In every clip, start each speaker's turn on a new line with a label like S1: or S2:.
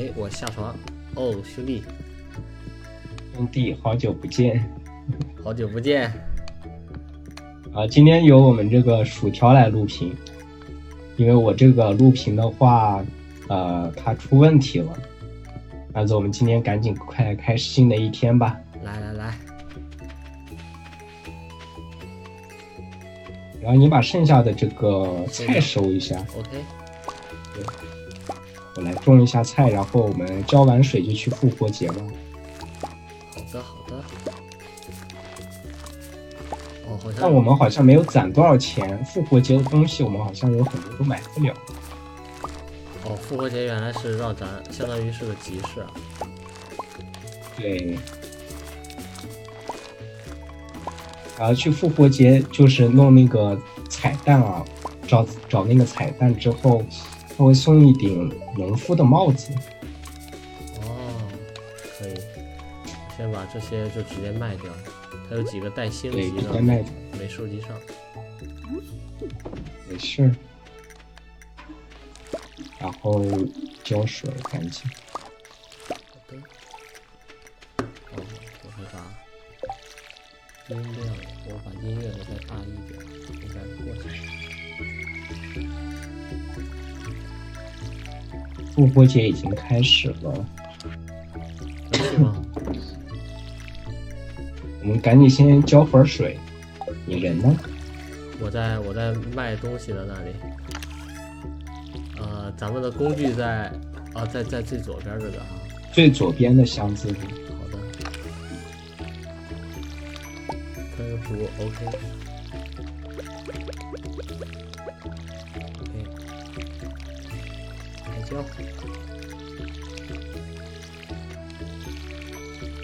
S1: 弟，哎我下床。哦，兄弟，
S2: 兄弟，好久不见
S1: 好久不见。
S2: 啊！今天由我们这个薯条来录屏，因为我这个录屏的话，呃，它出问题了。那就我们今天赶紧快开始新的一天吧。
S1: 来来来，
S2: 然后你把剩下的这个菜收一下，
S1: ，OK，
S2: 我来种一下菜，然后我们浇完水就去复活节吧。
S1: 好的好的。哦，好
S2: 但
S1: 像
S2: 我们好像没有攒多少钱，复活节的东西我们好像有很多都买不了。
S1: 哦，复活节原来是让咱相当于是个集市啊。
S2: 对。然后去复活节就是弄那个彩蛋啊，找找那个彩蛋之后，他会送一顶农夫的帽子。
S1: 哦，可以，先把这些就直接卖掉。它有几个带星
S2: 对，
S1: 级
S2: 直
S1: 的
S2: 接，卖
S1: 没收集上。
S2: 没事儿。然后浇水，赶紧。
S1: 好的。哦，我会把音量，我把音乐再大一点，应该过去。
S2: 复活节已经开始了，
S1: 能去吗？
S2: 我们赶紧先浇会儿水。你人呢？
S1: 我在我在卖东西的那里。呃，咱们的工具在啊，在在最左边这个啊。
S2: 最左边的箱子里。
S1: 好的。喷壶 OK。OK。开胶。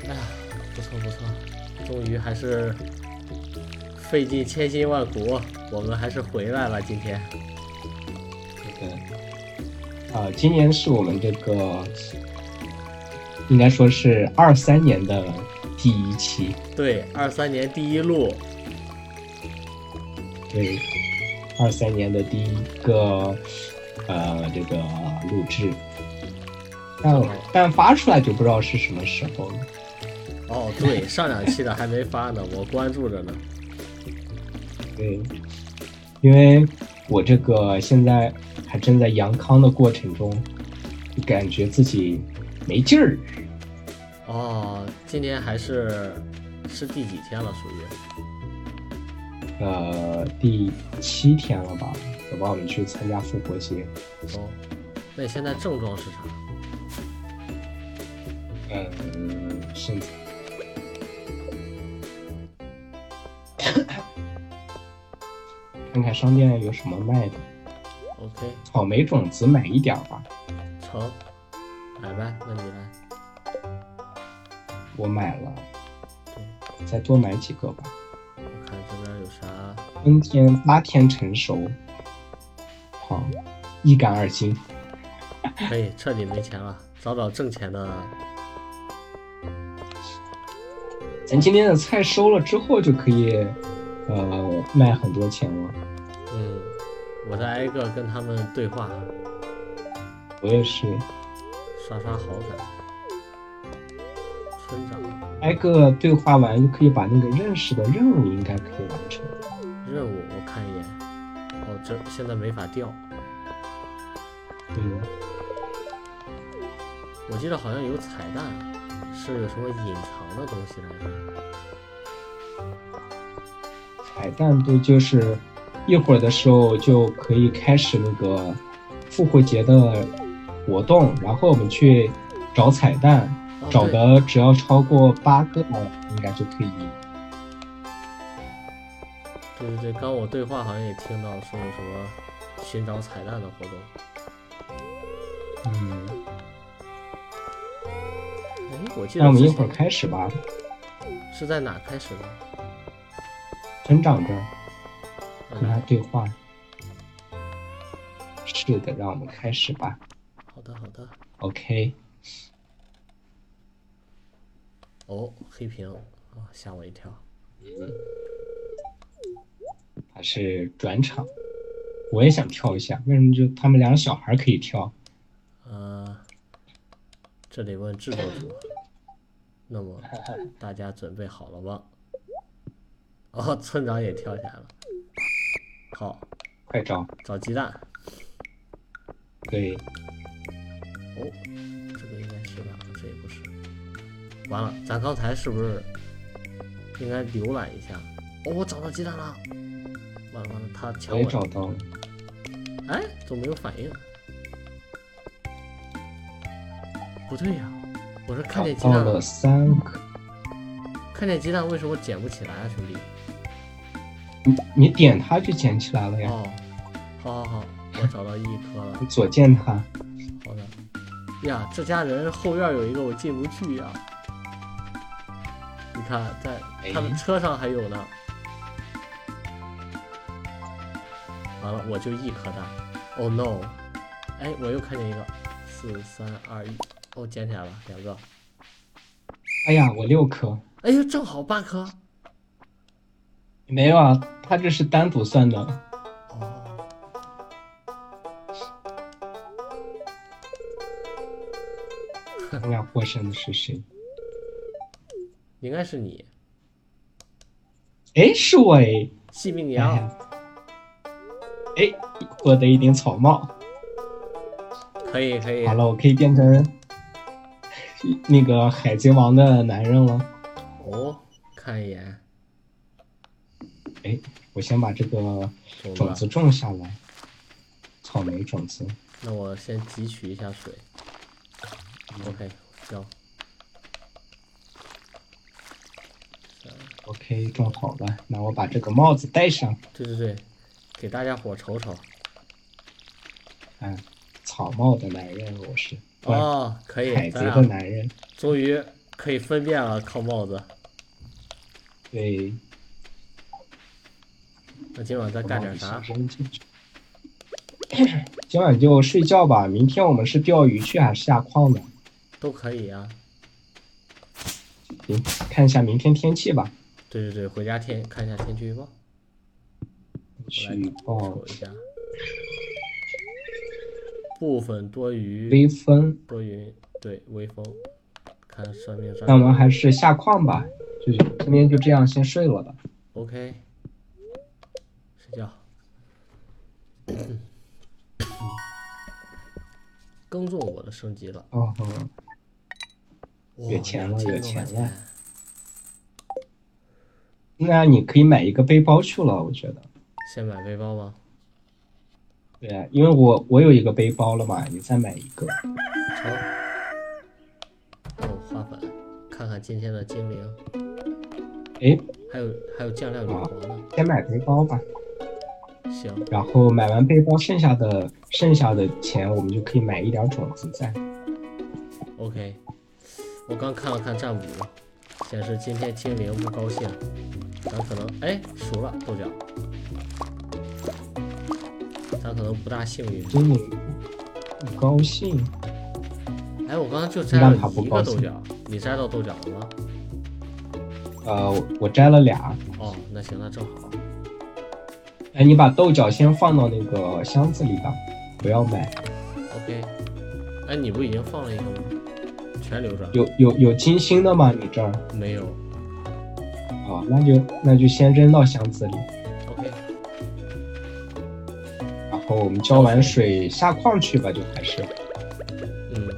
S1: 哎呀，不错不错，终于还是费尽千辛万苦，我们还是回来了。今天
S2: 对，啊，今年是我们这个，应该说是二三年的第一期。
S1: 对二三年第一路，
S2: 对，二三年的第一个，呃，这个录制。但但发出来就不知道是什么时候了。
S1: 哦对，上两期的还没发呢，我关注着呢。
S2: 对，因为我这个现在还正在阳康的过程中，就感觉自己没劲儿。
S1: 哦，今年还是是第几天了？属于
S2: 呃，第七天了吧？走吧，我们去参加复活节。
S1: 哦。那你现在症状是啥？
S2: 嗯，是。 看看商店有什么卖的，
S1: OK，
S2: 草莓种子买一点儿吧，
S1: 成，来吧，那你来。
S2: 我买了，再多买几个吧。
S1: 我看这边有啥？
S2: 春天八天成熟，好，一干二净。
S1: 可以，彻底没钱了，嗯找找挣钱的。
S2: 咱今天的菜收了之后就可以，呃，卖很多钱了。
S1: 嗯，我再挨个跟他们对话，
S2: 我也是，
S1: 刷刷好感。嗯村长
S2: 挨个对话完就可以把那个认识的任务应该可以完成。
S1: 任务，我看一眼。哦，这现在没法调。
S2: 对的。
S1: 我记得好像有彩蛋，是什么隐藏的东西来着？
S2: 彩蛋对，就是一会儿的时候就可以开始那个复活节的活动，然后我们去找彩蛋，
S1: 哦
S2: 找
S1: 对
S2: 的只要超过八个，应该就可以赢。
S1: 对对对，刚我对话好像也听到说有什么寻找彩蛋的活动。
S2: 嗯，
S1: 哎，我记得
S2: 那我们
S1: 之
S2: 一
S1: 前
S2: 会儿开始吧，
S1: 是在哪开始的？
S2: 村长这儿
S1: 嗯
S2: 跟他对话。是的，让我们开始吧。
S1: 好的好的。
S2: OK，
S1: 哦，黑屏啊，吓我一跳。
S2: 他是转场， 我也想跳一下，为什么就他们两个小孩可以跳？
S1: 呃，这得问制作组。那么大家准备好了吗？哦，村长也跳起来了。好，
S2: 快找，
S1: 找鸡蛋。
S2: 对，
S1: 哦，这个应该是吧？这也不是。完了，咱刚才是不是应该浏览一下？哦，我找到鸡蛋了。完了完了，他
S2: 我
S1: 抢我
S2: 也
S1: 的
S2: 找到了，
S1: 哎，怎么没有反应？不对呀、我是看见啊鸡
S2: 找到
S1: 蛋
S2: 了三颗。
S1: 看见鸡蛋为什么捡不起来啊，兄弟？
S2: 你点它就捡起来了呀，
S1: 哦，好好好，我找到一颗了，
S2: 你左键它，
S1: 好的。呀，这家人后院有一个我进不去呀。你看，在他们
S2: 哎
S1: 车上还有呢。完了，我就一颗蛋。Oh no！哎，我又看见一个，四三二一，哦，捡起来了两个。
S2: 哎呀，我六颗，
S1: 哎呦，正好八颗。
S2: 没有啊，它这是单独算的，
S1: 哦，
S2: 看看获胜的是谁？
S1: 应该是你，
S2: 哎，是我哎，
S1: 细命
S2: 哎
S1: 娘，
S2: 呀，哎，获得一顶草帽，
S1: 可以可以。
S2: 好了，我可以变成那个海贼王的男人了。
S1: 哦，看一眼，
S2: 哎，我先把这个
S1: 走
S2: 种
S1: 吧。
S2: 子种下来，草莓种子，
S1: 那我先汲取一下水。OK，行。
S2: 嗯 OK，种好了，那我把这个帽子戴上，
S1: 对对对，给大家伙瞅瞅。
S2: 嗯，草帽的男人我是，不是
S1: 哦，可
S2: 海
S1: 以，
S2: 贼
S1: 咱
S2: 的
S1: 俩
S2: 男人，
S1: 终于可以分辨了，靠帽子。
S2: 对，
S1: 那今晚咱干点啥？
S2: 扔进去？ 今晚就睡觉吧，明天我们是钓鱼去还是下矿呢？
S1: 都可以啊。
S2: 行，看一下明天天气吧。
S1: 对对对，回家天看一下天气预报，我来
S2: 预报
S1: 瞅一下。部分多云。
S2: 微风，
S1: 多云，对，微风。看算命算
S2: 那我们还是下矿吧。就今天就这样，先睡了吧。
S1: OK，睡觉。 耕种我的升级了，
S2: 哦，
S1: 哇
S2: 有钱了
S1: 2000
S2: 有
S1: 多
S2: 钱
S1: 块
S2: 了那你可以买一个背包去了，我觉得。
S1: 先买背包吗？
S2: 对啊，因为我我有一个背包了嘛，你再买一个。
S1: 成。哦，花粉，看看今天的精灵，
S2: 哎，
S1: 还有还有酱料女皇呢。
S2: 先买背包吧，
S1: 行，
S2: 然后买完背包，剩下的剩下的钱我们就可以买一点种子再
S1: OK，我刚看了看占卜，显示今天精灵不高兴，咱可能哎熟了豆角，咱可能不大幸运。
S2: 真的不高兴。
S1: 哎，我刚刚就摘了
S2: 让他不
S1: 一个
S2: 高
S1: 豆
S2: 兴
S1: 角，你摘到豆角了吗？
S2: 呃，我我摘了俩。
S1: 哦，那行，那正好。
S2: 哎，你把豆角先放到那个箱子里吧，不要买。
S1: OK，哎，你不已经放了一个吗？全留着？
S2: 有有有金星的吗？你这儿？
S1: 没有
S2: 啊，那就那就先扔到箱子里，
S1: ？OK，
S2: 然后我们浇完水下矿去吧，就还是。
S1: 嗯，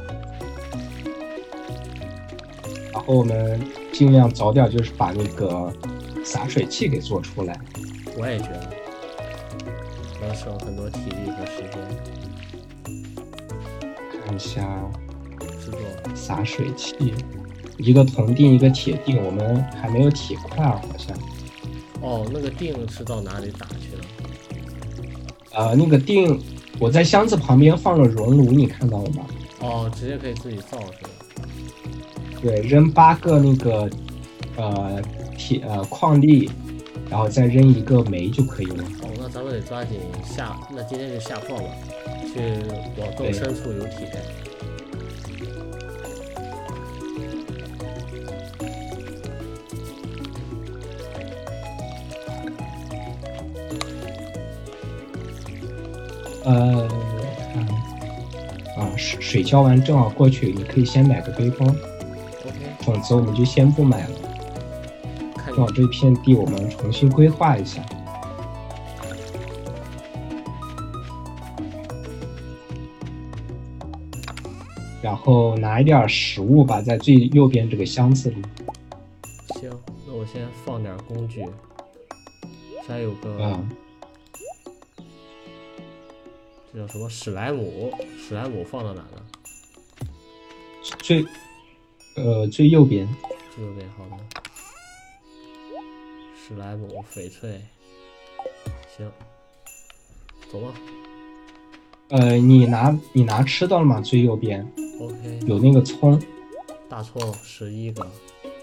S2: 然后我们尽量早点就是把那个洒水器给做出来。
S1: 我也觉得能省很多体力和时间
S2: 看一下
S1: 制作。
S2: 洒水器，一个铜锭，一个铁锭，我们还没有铁块儿好像。
S1: 哦，那个锭是到哪里打去了？
S2: 呃，那个锭我在箱子旁边放了熔炉，你看到了吗？
S1: 哦，直接可以自己造是吧？
S2: 对，扔八个那个呃铁呃矿粒，然后再扔一个煤就可以了。
S1: 哦，那咱们得抓紧下，那今天就下矿吧，去往更
S2: 对
S1: 深处游铁。
S2: 呃，看啊，水水浇完正好过去，你可以先买个背包，
S1: ，OK，
S2: 否则我们就先不买了。
S1: 看
S2: 正好这片地我们重新规划一下。然后拿一点儿食物吧，在最右边这个箱子里。
S1: 行，那我先放点工具，这还有个、
S2: 啊、
S1: 这叫什么史莱姆，史莱姆放到哪呢？
S2: 最，呃，最右边。
S1: 这个边好的，史莱姆、翡翠，行，走吧
S2: 呃，你拿你拿吃的了吗？最右边
S1: ，OK，
S2: 有那个葱。
S1: 大葱十一个，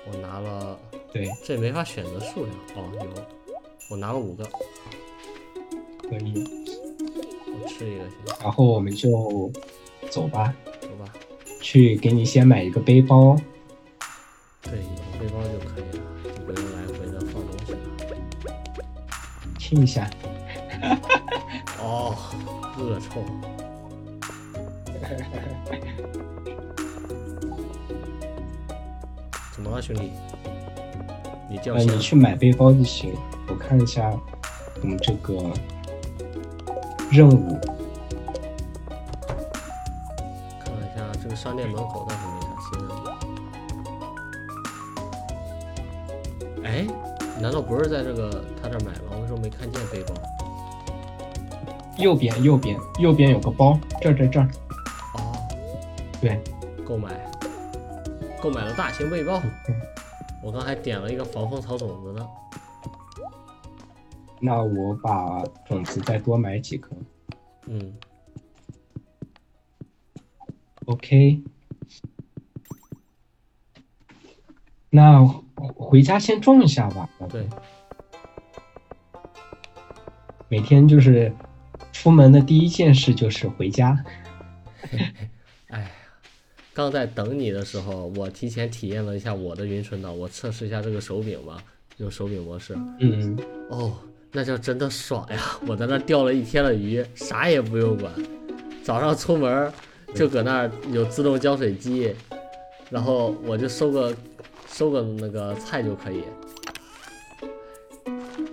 S1: 我拿了，
S2: 对，
S1: 这没法选择数量哦，有，我拿了五个，
S2: 可以。
S1: 我吃一个先，
S2: 然后我们就走吧，
S1: 走吧，
S2: 去给你先买一个背包。
S1: 对，有个背包就可以了，就不用来回的放东西了。
S2: 听一下，
S1: 哦，恶臭，怎么了，兄弟？你掉
S2: 呃，
S1: 线
S2: 你
S1: 了？
S2: 去买背包就行。我看一下我们这个任务，
S1: 看了一下这个商店门口倒是没啥新任务。哎，难道不是在这个他这儿买吗？我为什么没看见背包？
S2: 右边右边右边有个包，这儿这儿这儿，
S1: 哦，
S2: 对，
S1: 购买，购买了大型背包。我刚还点了一个防风草种子呢。
S2: 那我把种子再多买几颗。
S1: 嗯，
S2: OK，那回家先种一下吧。
S1: 对，
S2: 每天就是出门的第一件事就是回家。
S1: 哎呀，刚在等你的时候，我提前体验了一下我的云春岛，我测试一下这个手柄吧，用手柄模式。
S2: 嗯，
S1: 哦，那叫真的爽呀！ 我在那儿钓了一天的鱼，啥也不用管，早上出门儿就搁那儿有自动浇水机，然后我就收个收个那个菜就可以。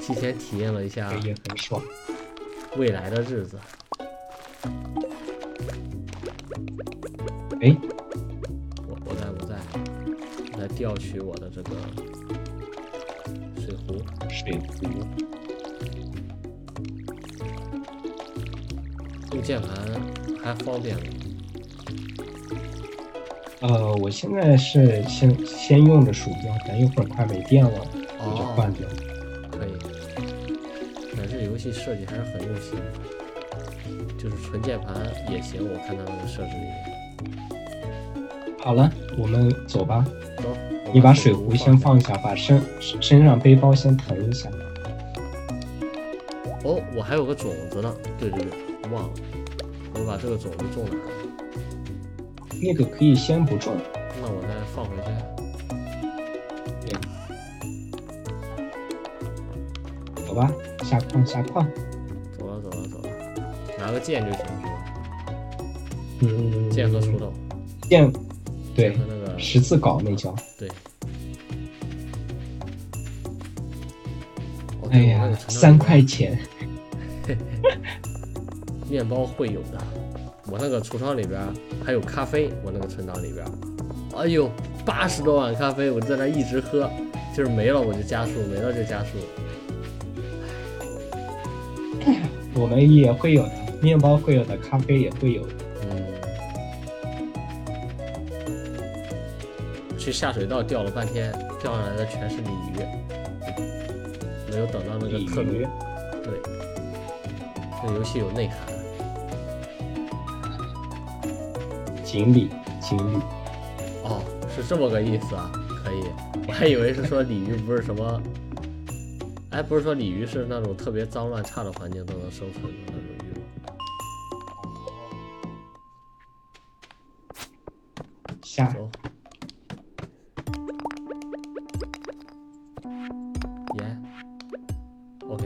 S1: 提前体验了一下
S2: 这也很爽。
S1: 未来的日子，
S2: 哎，
S1: 我我在我在我在调取我的这个水壶。
S2: 水壶，
S1: 用键盘还方便吗？
S2: 呃，我现在是先先用着鼠标，等一会儿快没电了，我就换
S1: 哦，
S2: 掉。
S1: 可以。反正游戏设计还是很用心的，就是纯键盘也行。我看它那个设置里面，
S2: 好了，我们走吧。
S1: 走，我
S2: 你把水壶先
S1: 放
S2: 放下，把身身上背包先腾一下。
S1: 下。哦，我还有个种子呢，对对对，忘了，我把这个种子种哪儿了？
S2: 那个可以先不种，
S1: 那我再放回去。
S2: 好吧？下矿下矿。
S1: 走了走了走了，拿个剑就行是吧？
S2: 嗯，
S1: 剑和锄头，
S2: 剑，对
S1: 剑和，那个
S2: 十字镐那叫。
S1: 对。哦对
S2: 哎
S1: 我那
S2: 呀
S1: 个，成长
S2: 三
S1: 里面
S2: 块钱。
S1: 面包会有的。我那个橱窗里边儿还有咖啡，我那个存档里边儿，哎呦，八十多碗咖啡，我在那一直喝，就是没了我就加速，没了就加速。
S2: 我们也会有的，面包会有的，咖啡也会有的。
S1: 嗯，去下水道钓了半天，钓上来的全是鲤鱼，没有等到那个
S2: 鲤
S1: 特
S2: 鱼
S1: 别。对，这游戏有内涵。
S2: 锦鲤，锦鲤，
S1: 哦，是这么个意思啊，可以。我还以为是说鲤鱼不是什么，哎，不是说鲤鱼是那种特别脏乱差的环境都能生存的那种鱼吗？
S2: 下
S1: 走。盐。OK。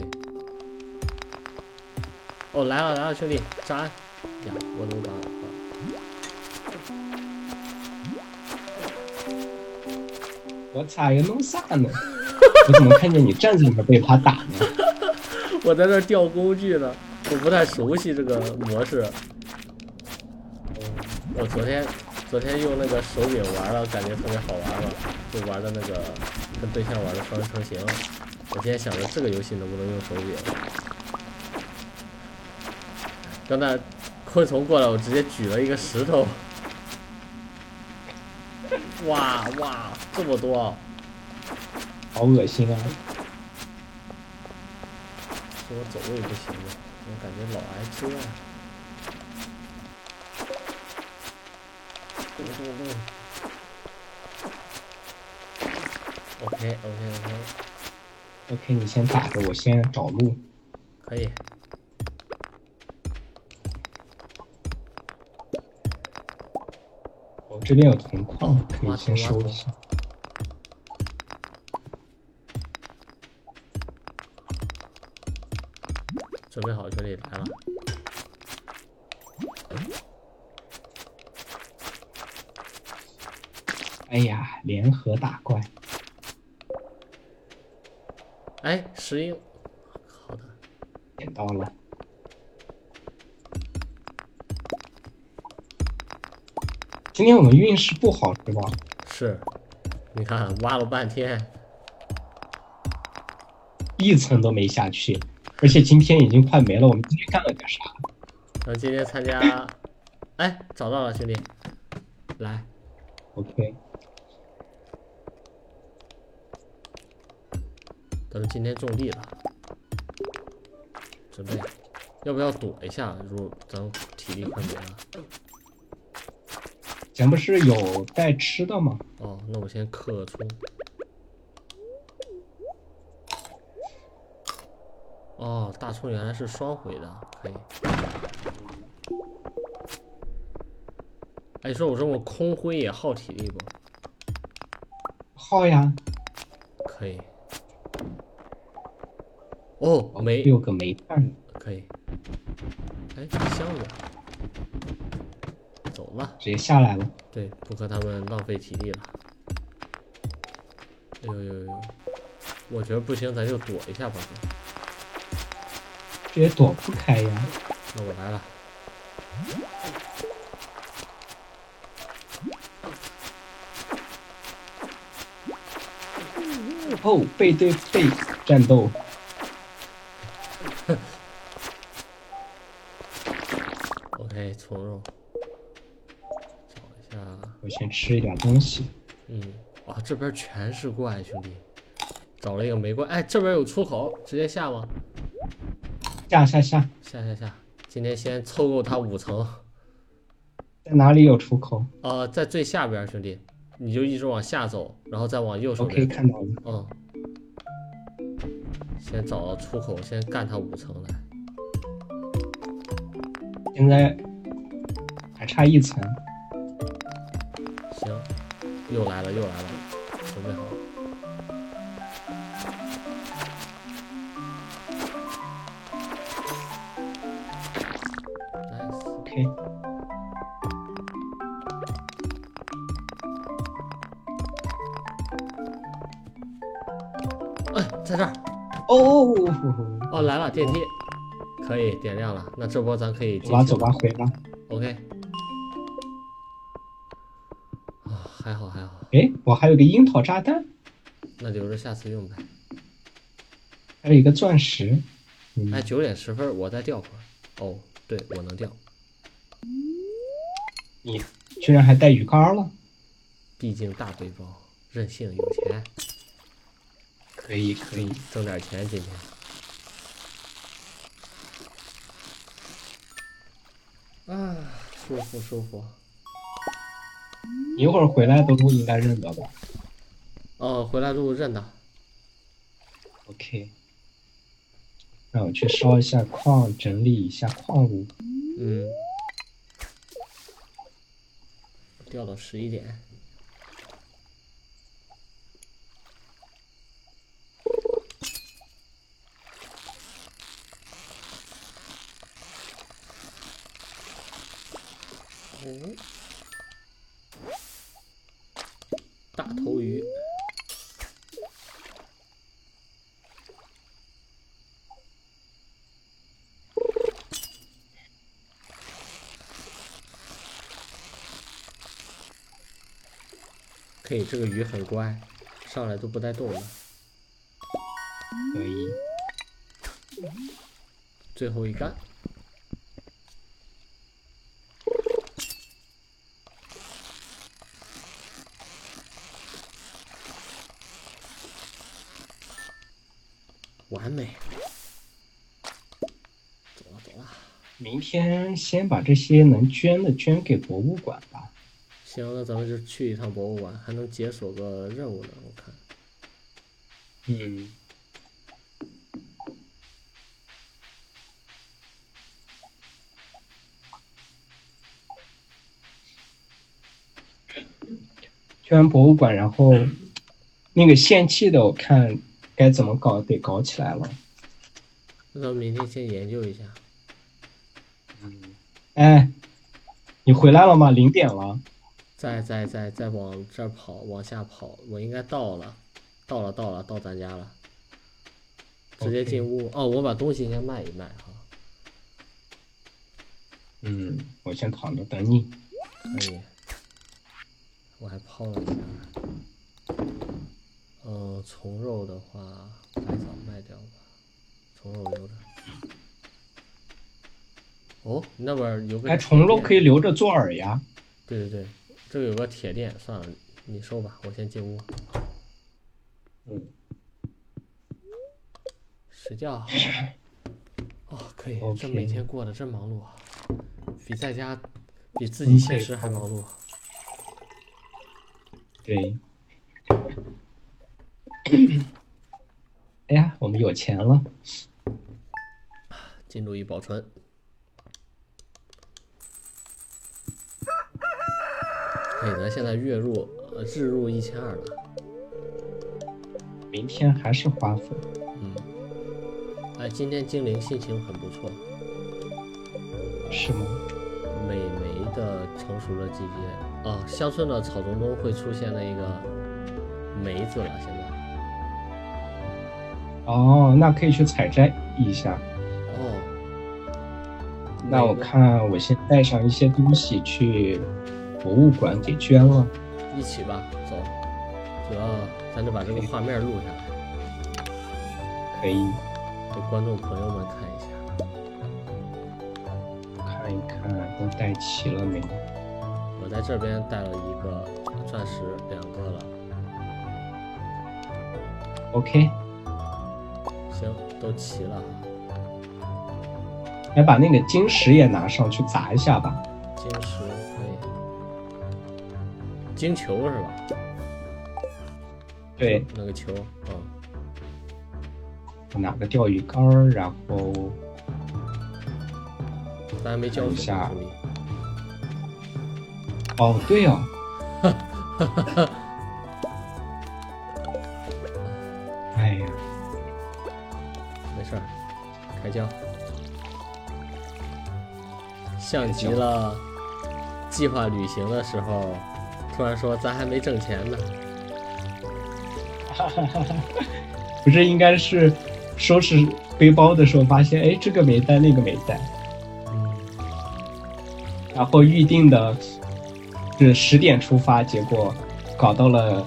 S1: 哦，来了来了，兄弟，扎安。呀，我能把把
S2: 我操，也弄啥呢？ 我怎么看见你站在那儿被他打呢？
S1: 我在那儿调工具呢，我不太熟悉这个模式。我昨天昨天用那个手柄玩了，感觉特别好玩嘛，就玩的那个跟对象玩的双人成行。我现在想着这个游戏能不能用手柄。刚才昆虫过来，我直接举了一个石头。哇哇，这么多！啊
S2: 好恶心啊！
S1: 说我走路也不行了，我感觉老挨揍啊。动动动。OK OK OK，
S2: OK，你先打着，我先找路。
S1: 可以。
S2: 我这边有铜矿，可
S1: 挖
S2: 以先
S1: 铜
S2: 收
S1: 哦挖
S2: 一
S1: 铜
S2: 下。
S1: 准备好，这里来了。
S2: 哎呀，联合打怪，
S1: 哎，石英，好的。
S2: 捡到了。今天我们运势不好是吧？
S1: 是，你看挖了半天，
S2: 一层都没下去，而且今天已经快没了。我们今天干了个啥？
S1: 然后今天参加，哎，找到了兄弟，来，
S2: OK，
S1: 咱们今天种地了，准备，要不要躲一下？如果咱们体力啊快没了，
S2: 咱不是有带吃的吗？
S1: 哦，那我先克冲。哦，大葱原来是双回的，可以。哎，你说我这么空挥也耗体力不？
S2: 好呀，
S1: 可以。哦，煤
S2: 六个煤炭。
S1: 可以。哎，箱子。走了，
S2: 直接下来了。
S1: 对，不和他们浪费体力了。哎呦呦呦呦！我觉得不行，咱就躲一下吧。
S2: 这也躲不开呀。
S1: 那我来了。
S2: 哦，背对背战斗，
S1: OK，虫肉。找一下，
S2: 我先吃一点东西。
S1: 嗯，啊，这边全是怪，兄弟。找了一个玫瑰，哎，这边有出口，直接下吗？
S2: 下下下，
S1: 下下下，今天先凑够它五层。
S2: 在哪里有出口
S1: 呃，在最下边儿，兄弟，你就一直往下走，然后再往右手
S2: ？OK，
S1: 边。
S2: 看到了。
S1: 嗯，先找到出口，先干它五层来。
S2: 现在还差一层，
S1: 行，又来了，又来了，准备好。Nice，
S2: OK，哦
S1: 哎，在这儿，
S2: 哦哦哦哦哦，
S1: 哦，来了电梯，可以点亮了。那这波咱可以进
S2: 走
S1: 去
S2: 吧哦走
S1: 了
S2: 吧，回吧。
S1: OK。啊，还好还好，
S2: 哎，我还有个樱桃炸弹，
S1: 那留着下次用呗。
S2: 还有一个钻石。嗯，
S1: 哎，九点十分我再调会儿。哦，对，我能调，
S2: 你居然还带鱼竿了？
S1: 毕竟大背包，任性有钱，嗯
S2: 可以可以，
S1: 挣点钱今天。啊，舒服舒服。
S2: 你一会儿回来的路应该认得吧
S1: 哦，回来路认的。
S2: ？OK，让我去烧一下矿，整理一下矿物。
S1: 嗯，调到十一点。嗯，大头鱼，可以，这个鱼很乖，上来都不带动的。
S2: 可以。
S1: 最后一杆，完美。走了走了，
S2: 明天先把这些能捐的捐给博物馆吧。
S1: 行，那咱们就去一趟博物馆，还能解锁个任务呢。我看
S2: 嗯，捐完博物馆，然后那个献祭的，我看该怎么搞，得搞起来了。
S1: 那咱们明天先研究一下。
S2: 哎，你回来了吗？零点了。
S1: 再再再再往这儿跑，往下跑，我应该到了，到了到了到咱家了，直接
S2: OK
S1: 进屋。哦，我把东西先卖一卖哈，
S2: 嗯，我先躺着等你。
S1: 可以。我还抛了一下。嗯、虫肉的话，白草卖掉吧，虫肉留着。哦，那边儿有个
S2: 哎，虫肉可
S1: 以。
S2: 以留着做饵呀。
S1: 对对对，这有个铁链，算了，你收吧，我先进屋
S2: 嗯。
S1: 睡觉。哦，可以，这
S2: OK
S1: 每天过得真忙碌，啊，比在家，比自己现实还忙碌。
S2: 对。哎呀，我们有钱了。
S1: 进入一保存。哎，咱现在月入呃日入一千二了，
S2: 明天还是花粉，
S1: 嗯，哎，今天精灵心情很不错，
S2: 是吗？
S1: 美眉的成熟了季节啊，乡村的草丛中会出现那个梅子了，现在
S2: 哦，那可以去采摘一下。
S1: 哦，
S2: 那我看我先带上一些东西去博物馆给捐了。
S1: 一起吧，走，主要咱得把这个画面录下来，
S2: 可以
S1: 给观众朋友们看一下。
S2: 看一看都带齐了没？
S1: 我在这边带了一个钻石，两个了，
S2: OK，
S1: 行，都齐了。
S2: 来把那个晶石也拿上去砸一下吧。
S1: 金石可以，金球是吧？
S2: 对，
S1: 那个球，嗯，
S2: 我拿个钓鱼竿儿，然后
S1: 咱还没交
S2: 等一
S1: 手呢
S2: 下
S1: 兄弟。
S2: 哦，对哦，哎呀，
S1: 没事儿，开胶。像极了计划旅行的时候，突然说咱还没挣钱呢。
S2: 不是应该是收拾背包的时候发现，哎，这个没带，那个没带，然后预定的是十点出发，结果搞到了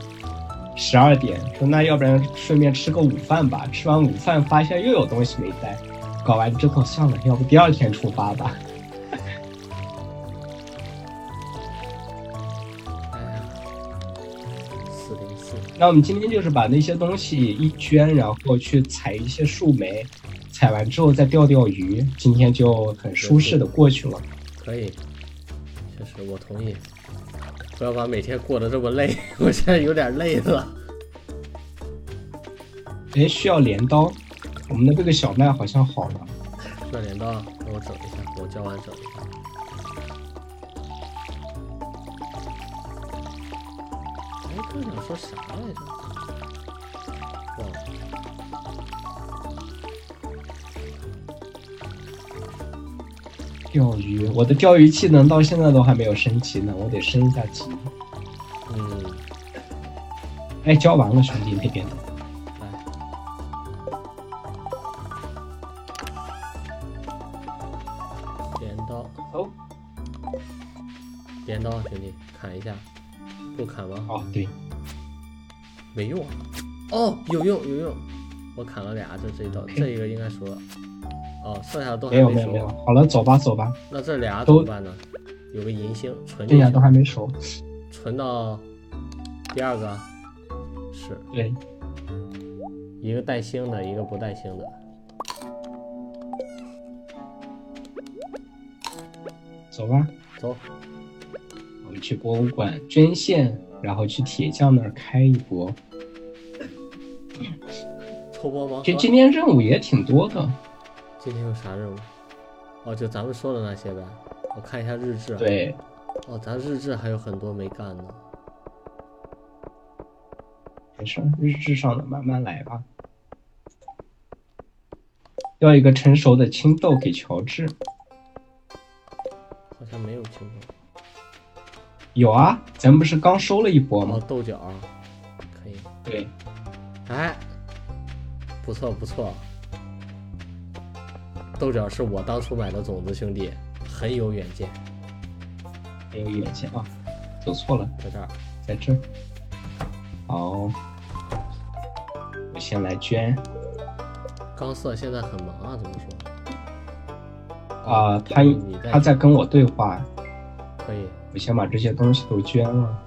S2: 十二点，说那要不然顺便吃个午饭吧。吃完午饭发现又有东西没带，搞完之后算了，要不第二天出发吧。
S1: 哎呀，四零四，
S2: 那我们今天就是把那些东西一捐，然后去采一些树莓，采完之后再钓钓鱼，今天就很舒适的过去了。
S1: 可以，确实我同意。不要把每天过得这么累， 我现在有点累了。
S2: 哎，需要镰刀，我们的这个小麦好像好了。
S1: 那镰刀啊，给我整一下，我教完整一下。哎，刚想说啥来着？忘了。
S2: 钓鱼，我的钓鱼技能到现在都还没有升级呢，我得升一下级。
S1: 嗯，
S2: 哎，教完了，兄弟那边的。
S1: 来，镰刀，
S2: 哦，
S1: 镰刀啊，兄弟，砍一下，不砍完
S2: 哦，对，
S1: 没用啊。哦，有用有用，我砍了俩，就这一刀，这一个应该熟了。哦，剩下的都
S2: 没
S1: 还
S2: 有没有
S1: 熟
S2: 没有，。好了，走吧走吧，
S1: 那这俩怎
S2: 都
S1: 么办呢？有个银星存
S2: 这
S1: 进
S2: 俩都
S1: 去，
S2: 还没熟。
S1: 存到第二个，是
S2: 对，
S1: 一个带星的，一个不带星的。
S2: 走吧，
S1: 走，
S2: 我们去博物馆捐献，然后去铁匠那儿开一波。
S1: 抽波盲
S2: 其实今
S1: 盒。
S2: 天任务也挺多的，
S1: 今天有啥任务？哦，就咱们说的那些呗。我看一下日志啊。。
S2: 对，
S1: 哦，咱日志还有很多没干呢。
S2: 没事儿，日志上的慢慢来吧。要一个成熟的青豆给乔治，
S1: 好像没有情况。
S2: 有啊，咱不是刚收了一波吗
S1: 哦，？豆角，可以。
S2: 对，
S1: 哎，不错不错，豆角是我当初买的种子兄弟，很有远见。
S2: 没有远见啊，走错了，
S1: 在这儿，
S2: 在这儿。好，我先来捐
S1: 钢色现在很忙啊，怎么说？
S2: 啊、他
S1: 你在
S2: 他在跟我对话，
S1: 可以，
S2: 我先把这些东西都捐了。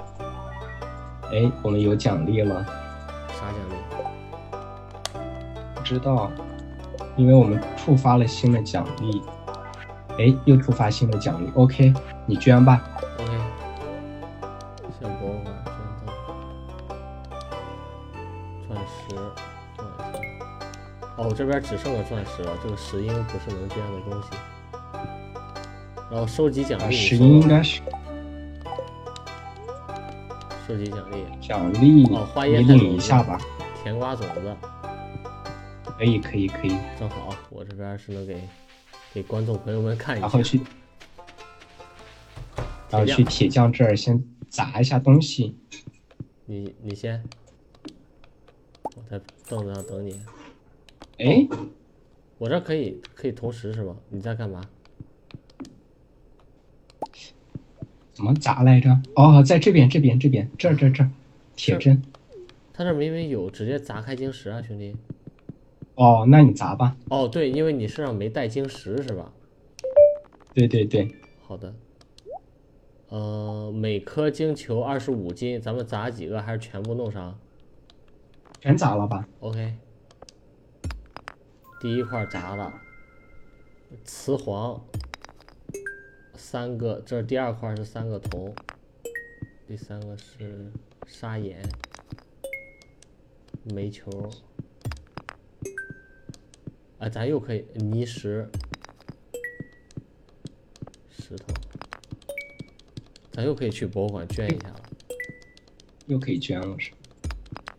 S2: 哎，我们有奖励了。
S1: 啥奖励？
S2: 不知道，因为我们触发了新的奖励。哎，又触发新的奖励。OK，你捐吧。
S1: OK，向博物馆捐赠钻石，钻石。哦，我这边只剩个钻石了，这个石英不是能捐的东西。然后收集奖
S2: 啊，
S1: 励，
S2: 石英应该是
S1: 收集奖励，
S2: 奖励，
S1: 哦花
S2: 你
S1: 椰菜
S2: 领一下吧。
S1: 甜瓜种子，
S2: 可以，可以，可以。
S1: 正好我这边是能给给观众朋友们看一
S2: 然后
S1: 下。
S2: 去，然后去铁匠这儿先砸一下东西。
S1: 你你先，我在凳子上等你。
S2: 哎，
S1: 哦我这可以可以同时是吗？你在干嘛？
S2: 怎么砸来着？哦，在这边，这边，这边，这儿，这儿，这儿，铁针。
S1: 他这明明有直接砸开晶石啊，兄弟。
S2: 哦，那你砸吧。
S1: 哦，对，因为你身上没带晶石是吧？
S2: 对对对，
S1: 好的。呃，每颗晶球二十五斤，咱们砸几个还是全部弄上
S2: 全砸了吧？
S1: ？OK。第一块砸了，雌黄三个，这是第二块是三个铜，第三个是砂岩，煤球。哎，咱又可以泥石，石头，咱又可以去博物馆捐一下了。
S2: 又可以捐了是吧？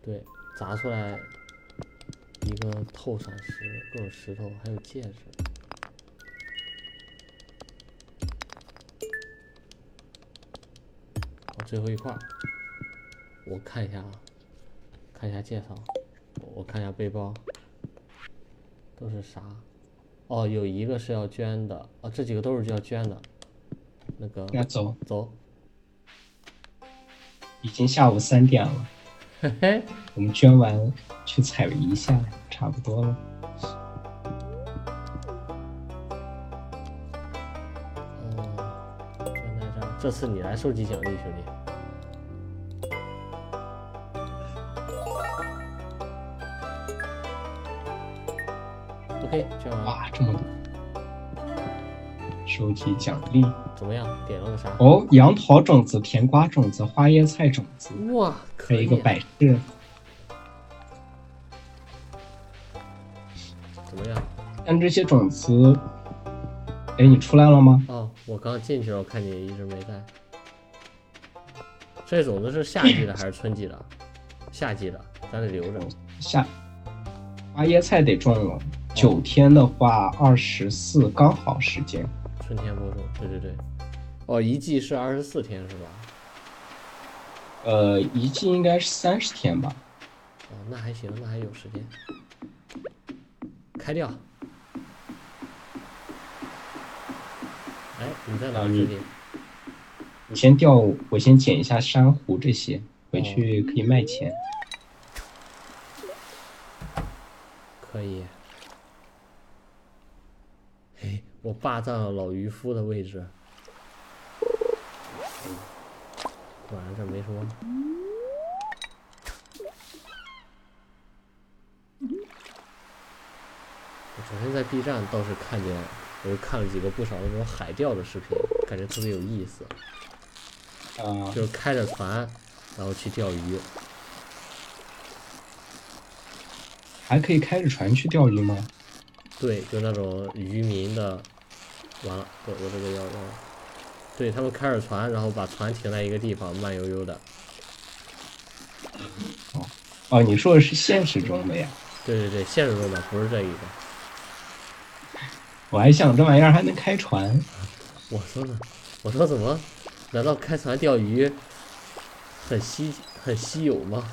S1: 对，砸出来一个透闪石，各种石头，还有戒指。好，哦最后一块儿，我看一下啊，看一下介绍，我看一下背包，都是啥？哦，有一个是要捐的，哦，这几个都是要捐的。那个，
S2: 那走，
S1: 走，
S2: 已经下午三点了。
S1: 嘿嘿，
S2: 我们捐完去采一下，差不多了。
S1: 哦，捐在这儿，这次你来收集奖励，兄弟。OK，捐完了，
S2: 哇，这么多！收集奖励
S1: 怎么样？点了个啥？
S2: 哦，杨桃种子、甜瓜种子、花椰菜种子，
S1: 哇，
S2: 还
S1: 可
S2: 有
S1: 以
S2: 一个
S1: 啊，
S2: 摆饰。
S1: 怎么样？
S2: 但这些种子，哎，你出来了吗？
S1: 哦，我刚进去了，我看你一直没在。这种子是夏季的还是春季的？ 夏季的，咱得留着。
S2: 下，花椰菜得种了。九天的话，二十四刚好时间。
S1: 春天播种，对对对。哦，一季是二十四天是吧？
S2: 呃，一季应该是三十天吧。
S1: 哦，那还行，那还有时间。开掉。哎，你在哪
S2: 啊
S1: 儿？
S2: 你
S1: 兄弟？
S2: 你先钓，我先捡一下珊瑚这些，回去可以卖钱。
S1: 可以。哎，我霸占了老渔夫的位置。果然这没什么。我昨天在 B 站倒是看见，我就看了几个不少那种海钓的视频，感觉特别有意思，
S2: 啊、
S1: 就是开着船，然后去钓鱼。
S2: 还可以开着船去钓鱼吗？
S1: 对，就那种渔民的，完了，我我这个要要，对他们开着船，然后把船停在一个地方，慢悠悠的，
S2: 哦，你说的是现实中的呀？
S1: 对对对，现实中的不是这一个，
S2: 我还想这玩意儿还能开船，
S1: 我说呢，我说怎么，难道开船钓鱼很稀很稀有吗？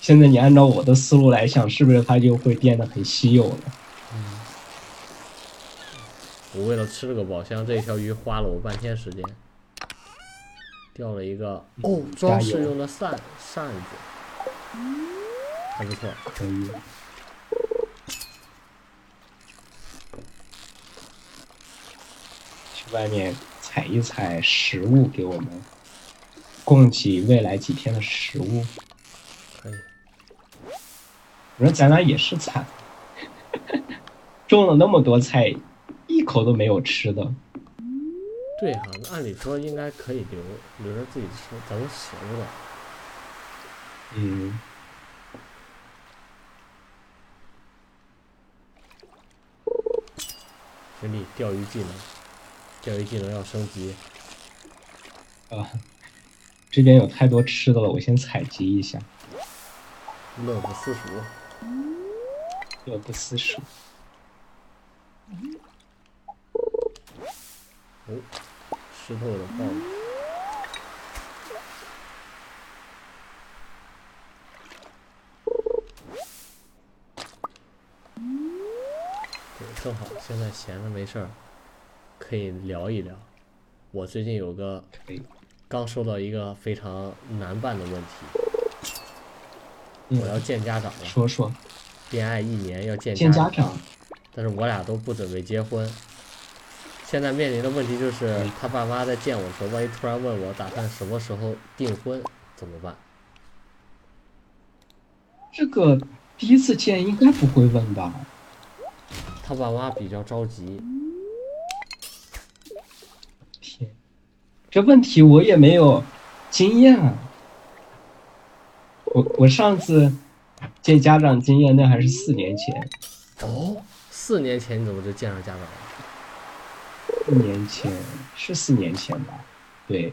S2: 现在你按照我的思路来想，是不是它就会变得很稀有了？
S1: 我为了吃这个宝箱，这条鱼花了我半天时间，钓了一个哦，装饰用的扇扇子，还不错。
S2: 可以。去外面采一采食物，给我们供给未来几天的食物。
S1: 可以，
S2: 我说咱俩也是惨， 种了那么多菜，一口都没有吃的。
S1: 对哈、那按理说应该可以留留着自己吃，咱都熟了。
S2: 嗯，
S1: 兄弟，钓鱼技能，钓鱼技能要升级。
S2: 啊，这边有太多吃的了，我先采集一下。
S1: 乐不思蜀，
S2: 乐不思蜀。
S1: 哦，湿透的鲍鱼。对，正好现在闲着没事儿，可以聊一聊。我最近有个
S2: 可以
S1: 刚收到一个非常难办的问题，
S2: 嗯
S1: 我要见家长了，
S2: 说说
S1: 恋爱一年要见
S2: 见
S1: 长
S2: 家长，
S1: 但是我俩都不准备结婚。现在面临的问题就是，他爸妈在见我的时候，万一突然问我打算什么时候订婚，怎么办？
S2: 这个第一次见应该不会问吧？
S1: 他爸妈比较着急，
S2: 天，这问题我也没有经验啊。我我上次见家长经验那还是四年前，
S1: 哦，四年前你怎么就见上家长了？
S2: 四年前是四年前吧？对，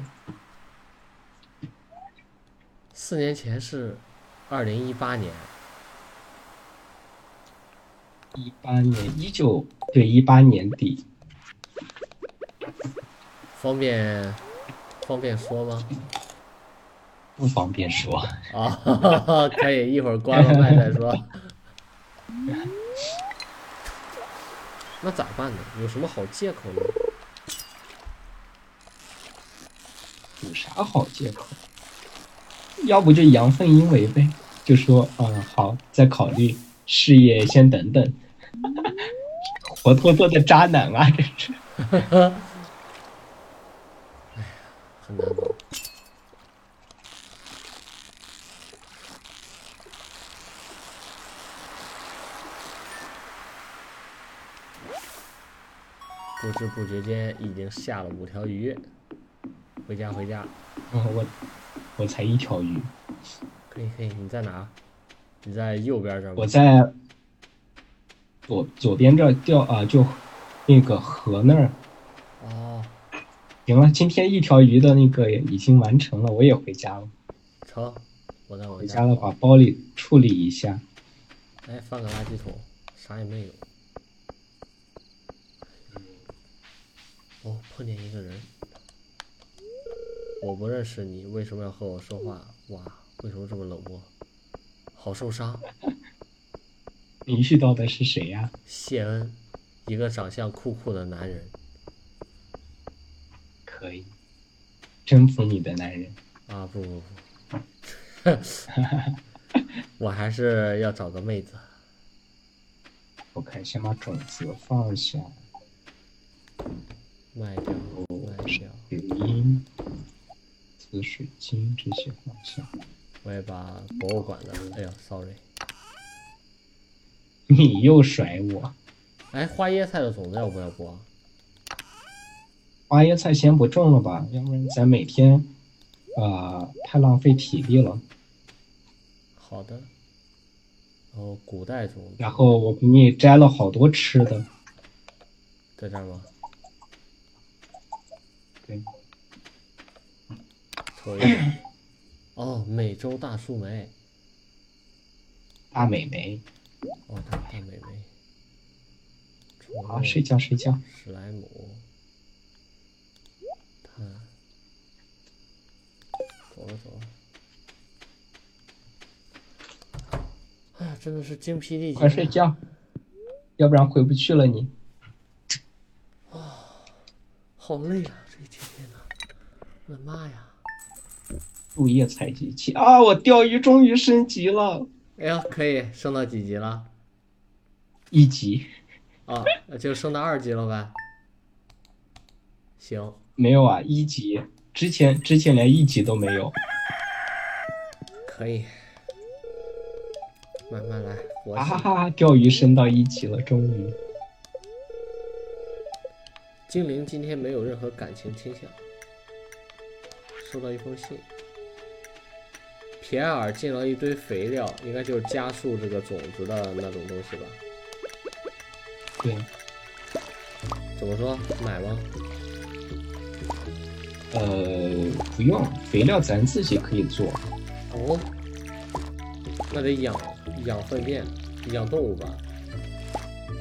S1: 四年前是二零一八年，
S2: 一八年一九对一八年底，
S1: 方便方便说吗？
S2: 不方便说。
S1: 啊， 哈哈哈，可以，一会儿关了麦再说。 那咋办呢？有什么好借口呢？
S2: 有啥好借口？要不就阳奉阴违呗，就说嗯好，再考虑事业，先等等。活脱脱的渣男啊，真是。
S1: 很难搞。不知不觉间已经下了五条鱼，回家回家，
S2: 嗯，我我才一条鱼，
S1: 可以可以，你在哪儿？你在右边这儿吗
S2: 我？在左左边这儿钓啊、就那个河那儿。
S1: 哦，
S2: 行了，今天一条鱼的那个也已经完成了，我也回家了。
S1: 成，我在我
S2: 回
S1: 家
S2: 家。了，把包里处理一下。
S1: 哎，翻个垃圾桶，啥也没有。哦，碰见一个人，我不认识你，为什么要和我说话？哇，为什么这么冷漠？好受伤。
S2: 你遇到的是谁啊呀、
S1: 谢恩，一个长相酷酷的男人。
S2: 可以征服你的男人。
S1: 啊，不不 不，我还是要找个妹子。
S2: 我看先把种子放下，
S1: 卖掉，卖掉，
S2: 语音、紫水晶这些放下。
S1: 我也把博物馆的，哎呀，sorry，
S2: 你又甩我，
S1: 哎，花椰菜的种子要不要播？啊
S2: 花椰菜先不种了吧，要不然咱每天，呃，太浪费体力了。
S1: 好的。然后古代种子
S2: 然后我给你摘了好多吃的，
S1: 在这儿吗？
S2: 对，
S1: 瞅 一眼。哦，美洲大树莓。
S2: 大美眉。
S1: 哦，大大美眉。宠
S2: 好，
S1: 物
S2: 睡觉睡觉。
S1: 史莱姆，探，走了走了。哎呀，真的是精疲力
S2: 快
S1: 竭
S2: 睡
S1: 呀。
S2: 觉，要不然回不去了你。
S1: 好累啊，这一天天的，我的妈呀！
S2: 树叶采集器啊，我钓鱼终于升级了
S1: 哎呀，可以升到几级了？
S2: 一级，
S1: 啊，就升到二级了呗。行，
S2: 没有啊，一级，之前之前连一级都没有。
S1: 可以，慢慢来，我
S2: 啊哈
S1: 行。
S2: 哈，钓鱼升到一级了，终于。
S1: 精灵今天没有任何感情倾向。收到一封信，皮埃尔进了一堆肥料，应该就是加速这个种子的那种东西吧？
S2: 对，
S1: 怎么说？买吗？
S2: 呃，不用，肥料咱自己可以做。
S1: 哦，那得养养粪便，养动物吧？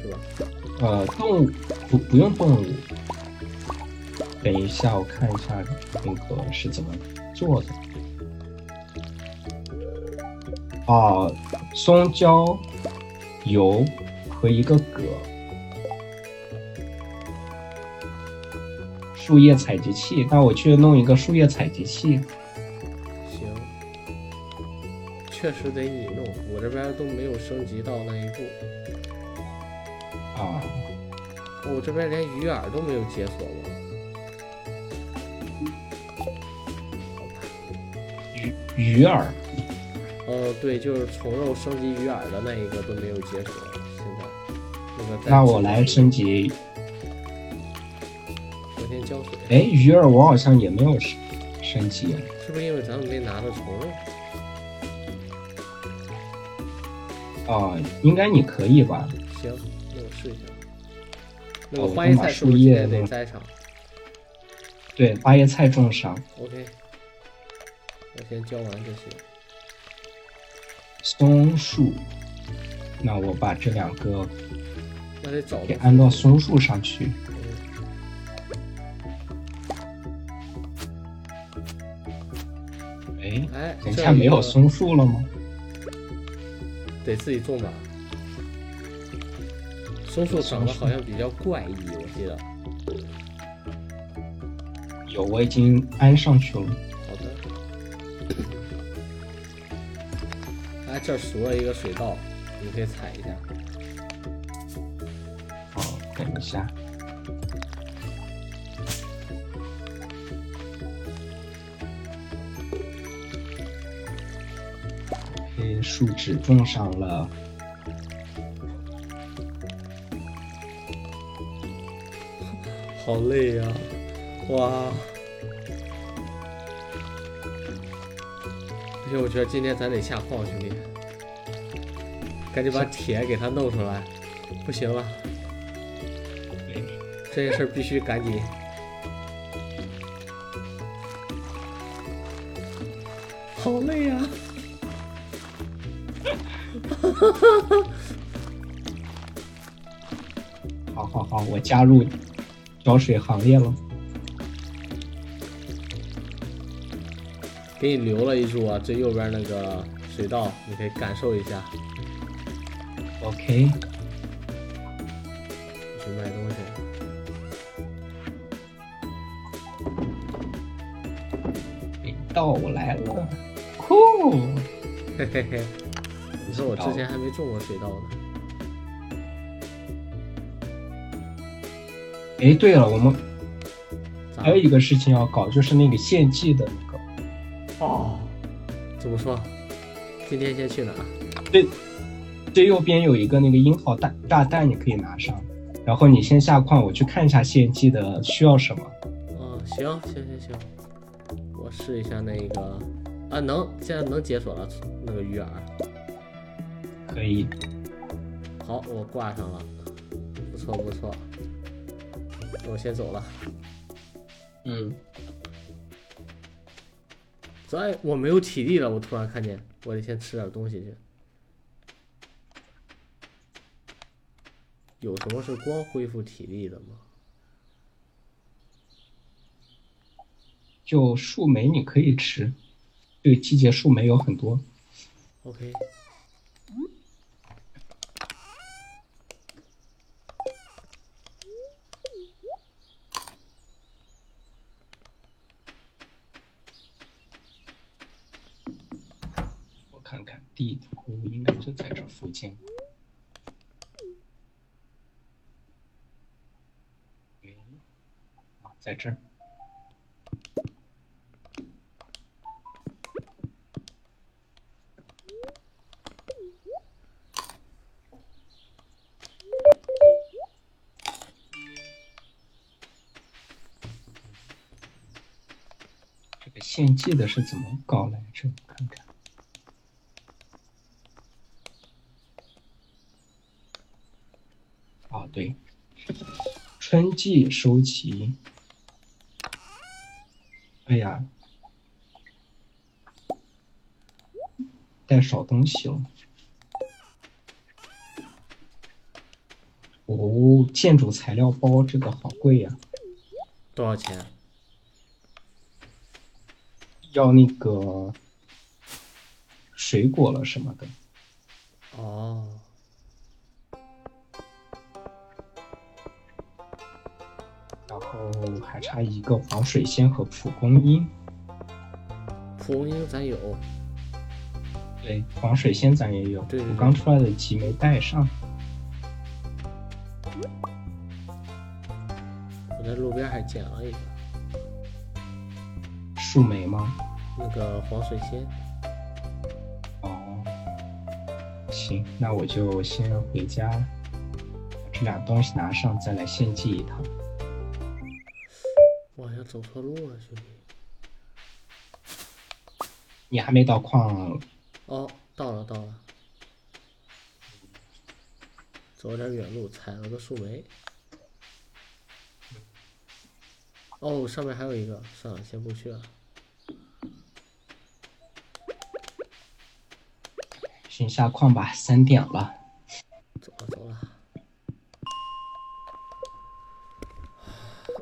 S1: 是吧？
S2: 呃，动物不不用动物。等一下，我看一下那个是怎么做的。哦，松胶、油和一个葛，树叶采集器。那我去弄一个树叶采集器。
S1: 行，确实得你弄，我这边都没有升级到那一步，
S2: 啊，
S1: 我这边连鱼饵都没有解锁过。
S2: 鱼鱼饵
S1: 呃，对，就是虫肉升级鱼饵的那一个都没有解锁，现在那个在
S2: 那我来升级。
S1: 昨天浇水，
S2: 哎，鱼饵我好像也没有升升级。
S1: 是不是因为咱们没拿到虫肉？
S2: 啊，应该你可以吧？
S1: 行，那我试一下。那
S2: 哦
S1: 个
S2: 我
S1: 花
S2: 先
S1: 椰
S2: 把
S1: 菜是
S2: 树
S1: 不是今
S2: 叶
S1: 天得
S2: 弄
S1: 摘上
S2: 对，花椰菜种上，
S1: ？OK，我先浇完这些。
S2: 松树。那我把这两个
S1: 那得找
S2: 给
S1: 个
S2: 安到松树上去。哎，
S1: 哎，
S2: 等一
S1: 这
S2: 下
S1: 儿
S2: 没有
S1: 个
S2: 松树了吗？
S1: 得自己种吧。松树长得好像比较怪异，我记得。
S2: 有，我已经安上去了。
S1: 好的。哎，这儿熟了一个水稻，你可以踩一下。
S2: 好，等一下。哎，树脂种上了。
S1: 好累呀、哇！而且我觉得今天咱得下矿，兄弟，赶紧把铁给它弄出来，不行了，这件事儿必须赶紧。好累啊呀、
S2: 好好好，我加入浇水行列了。
S1: 给你留了一株啊，最右边那个水稻，你可以感受一下。
S2: OK，
S1: 去卖东西。
S2: 到我来了，酷！
S1: 嘿嘿嘿，你说我之前还没中过水稻呢。
S2: 哎，对了，我们
S1: 咋
S2: 还有一个事情要搞，就是那个献祭的那个。
S1: 哦，怎么说？今天先去哪儿？
S2: 最右边有一个那个樱桃蛋炸弹，你可以拿上。然后你先下矿，我去看一下献祭的需要什么。
S1: 哦，行行行行，我试一下那个啊，能现在能解锁了那个鱼饵。
S2: 可以，
S1: 好，我挂上了，不错不错。我先走了，
S2: 嗯，
S1: 主要我没有体力了，我突然看见，我得先吃点东西去。有什么是光恢复体力的吗？
S2: 就树莓你可以吃，这个季节树莓有很多。
S1: OK。
S2: 我看看地图，应该就在这附近。诶啊，在这儿。这个献祭的是怎么搞来着？我看看。啊，对，春季收集。哎呀，带少东西了。哦，建筑材料包这个好贵呀、
S1: 多少钱？
S2: 要那个水果了什么的。
S1: 哦，
S2: 然后还差一个黄水仙和蒲公英。
S1: 蒲公英咱有，
S2: 对，黄水仙咱也有，
S1: 对对对
S2: 我刚出来的集没带上。
S1: 我在路边还捡了一个
S2: 树莓吗？
S1: 那个黄水仙。
S2: 哦，行，那我就先回家，把这俩东西拿上，再来献祭一趟。
S1: 我好像走错路了，兄弟。
S2: 你还没到矿，
S1: 哦，到了到了，走点远路，采了个树莓。哦，上面还有一个，算了，先不去了。
S2: 先下矿吧，三点了。
S1: 走了走了。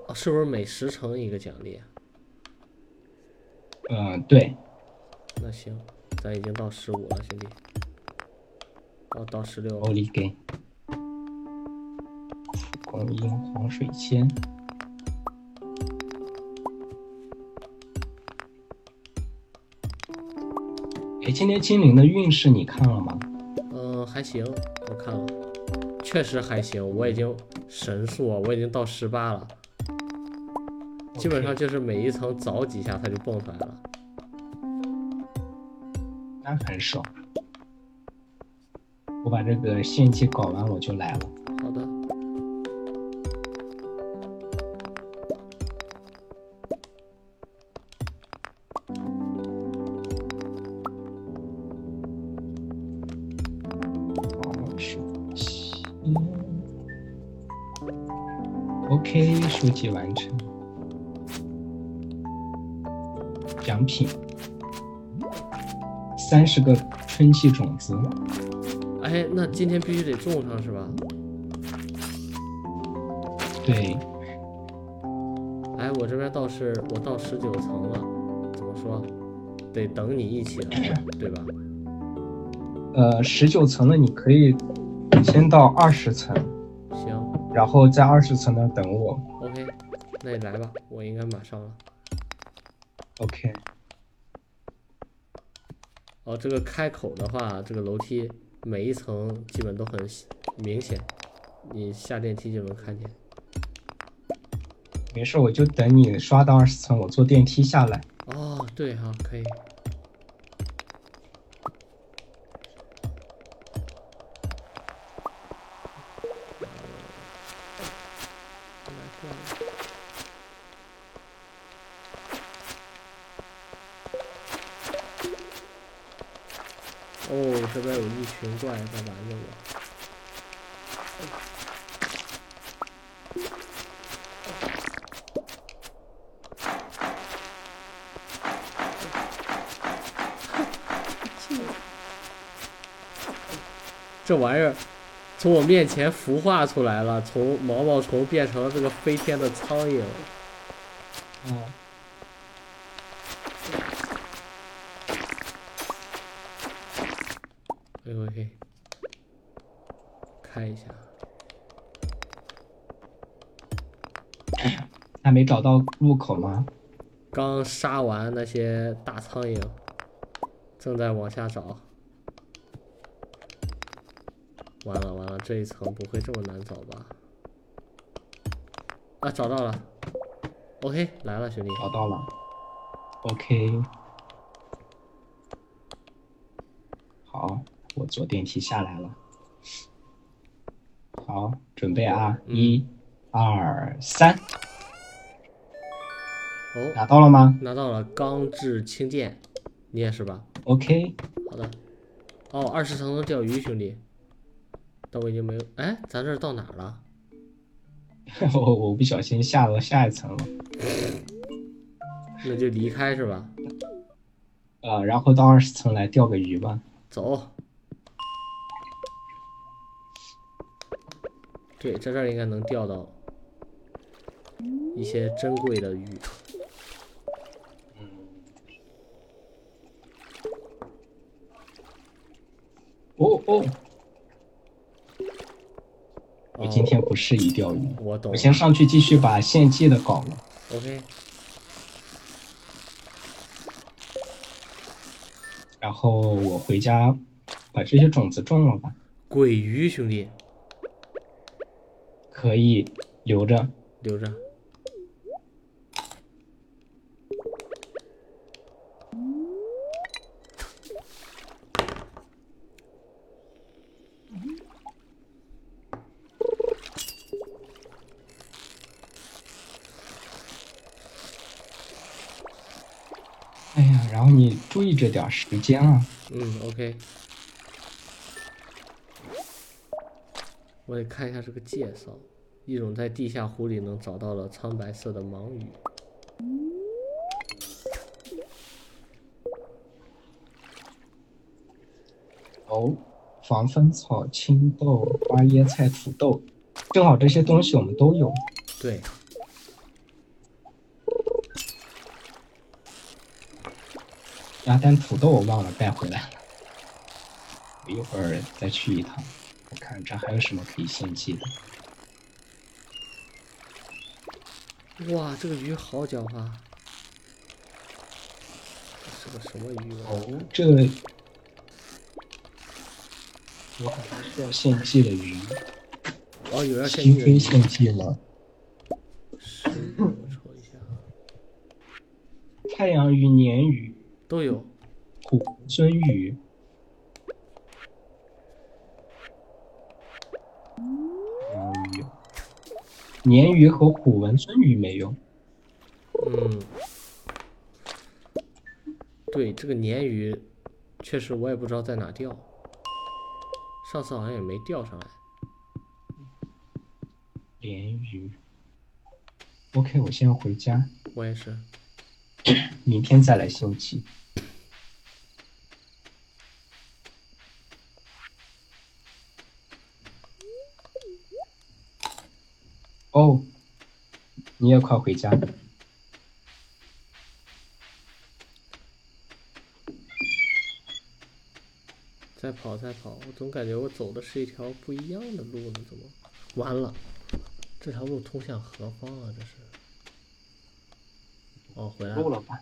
S1: 哦，是不是每十成一个奖励啊？
S2: 嗯，对，
S1: 那行，咱已经到十五了，兄弟。哦，到十六
S2: 欧
S1: 了。
S2: 里给。蒲公英、黄水仙，哎，今天精灵的运势你看了吗？
S1: 嗯，还行，我看了，确实还行。我已经神速啊，我已经到十八了。基本上就是每一层凿几下，它就蹦出来了。
S2: 那很爽。我把这个献祭搞完，我就来了。
S1: 好的，
S2: 哦是嗯 OK，书籍完成。奖品：三十个春季种子。
S1: 哎，那今天必须得种上是吧？
S2: 对，
S1: 哎，我这边倒是我到十九层了，怎么说？得等你一起来，对吧？
S2: 呃，十九层的你可以先到二十层，
S1: 行
S2: 然后在二十层那儿等我。
S1: ，OK，那你来吧，我应该马上了。
S2: OK，
S1: 哦，这个开口的话，这个楼梯每一层基本都很明显，你下电梯就能看见。
S2: 没事，我就等你刷到二十层，我坐电梯下来。
S1: 哦，对哈、可以。哦，这边有一群怪在拦着我。这玩意儿从我面前孵化出来了，从毛毛虫变成了这个飞天的苍蝇。
S2: 嗯，
S1: 哎呦嘿，开一下，
S2: 还没找到入口吗？
S1: 刚杀完那些大苍蝇，正在往下找。完了完了，这一层不会这么难找吧？啊，找到了，OK，来了，兄弟。
S2: 找到了。OK。好，我坐电梯下来了。好，准备啊，
S1: 嗯
S2: 一、二、三，
S1: 哦，
S2: 拿到了吗
S1: 拿到了钢制青剑，你也是吧？
S2: ？OK，
S1: 好的。哦，二十层能钓鱼，兄弟。但我已经没有，哎，咱这儿到哪儿了？
S2: 我我不小心下到下一层了。
S1: 那就离开是吧？
S2: 呃，然后到二十层来钓个鱼吧。
S1: 走。对，在这儿应该能钓到一些珍贵的鱼。
S2: 哦哦，我
S1: 哦
S2: 今天不适宜钓鱼。
S1: 我懂
S2: 我先上去继续把献祭的搞了。
S1: ，OK，
S2: 然后我回家把这些种子种了吧，
S1: 鬼鱼兄弟
S2: 可以留着。
S1: 留着。
S2: 哎呀，然后你注意着点儿时间啊。
S1: 嗯，OK。我得看一下这个介绍，一种在地下湖里能找到的苍白色的盲鱼。
S2: 哦，防风草、青豆、花椰菜、土豆，正好这些东西我们都有。
S1: 对，
S2: 啊，但土豆我忘了带回来了，我一会儿再去一趟，我看这还有什么可以献祭的。
S1: 哇，这个鱼好狡猾。这个什么鱼啊？
S2: 哦，这个有很多需要献祭的鱼，
S1: 哦，有要献
S2: 新
S1: 祭的
S2: 飞
S1: 鱼。
S2: 献祭了。
S1: 是我瞅一下，啊
S2: 太阳鱼、鲶鱼、
S1: 都有。
S2: 虎鳟鱼。太阳鱼有，鲶鱼和虎纹鳟鱼没有。
S1: 嗯，对，这个鲶鱼，确实我也不知道在哪钓。上次好像也没钓上来。
S2: 鲢鱼。OK，我先回家，
S1: 我也是。
S2: 明天再来献祭。哦，你也快回家。
S1: 再跑再跑，我总感觉我走的是一条不一样的路呢，怎么？完了，这条路通向何方啊？这是？哦，回来了。
S2: 了吧？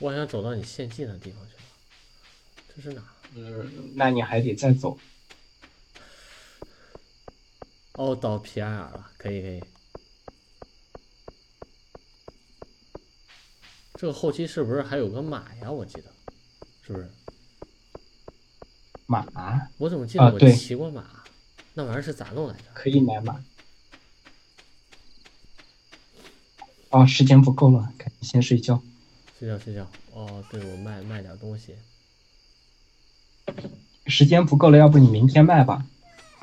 S1: 我好像走到你献祭的地方去了，这是哪儿？
S2: 嗯，那你还得再走。
S1: 哦，到皮埃尔了，可以可以。这个后期是不是还有个马呀？我记得，是不是？
S2: 马
S1: 我怎么记得
S2: 啊
S1: 我
S2: 对
S1: 骑过马？那玩意儿是咋弄来着？
S2: 可以买马。哦，时间不够了，赶紧先睡觉。
S1: 睡觉睡觉。哦，对，我卖卖点东西。
S2: 时间不够了，要不你明天卖吧，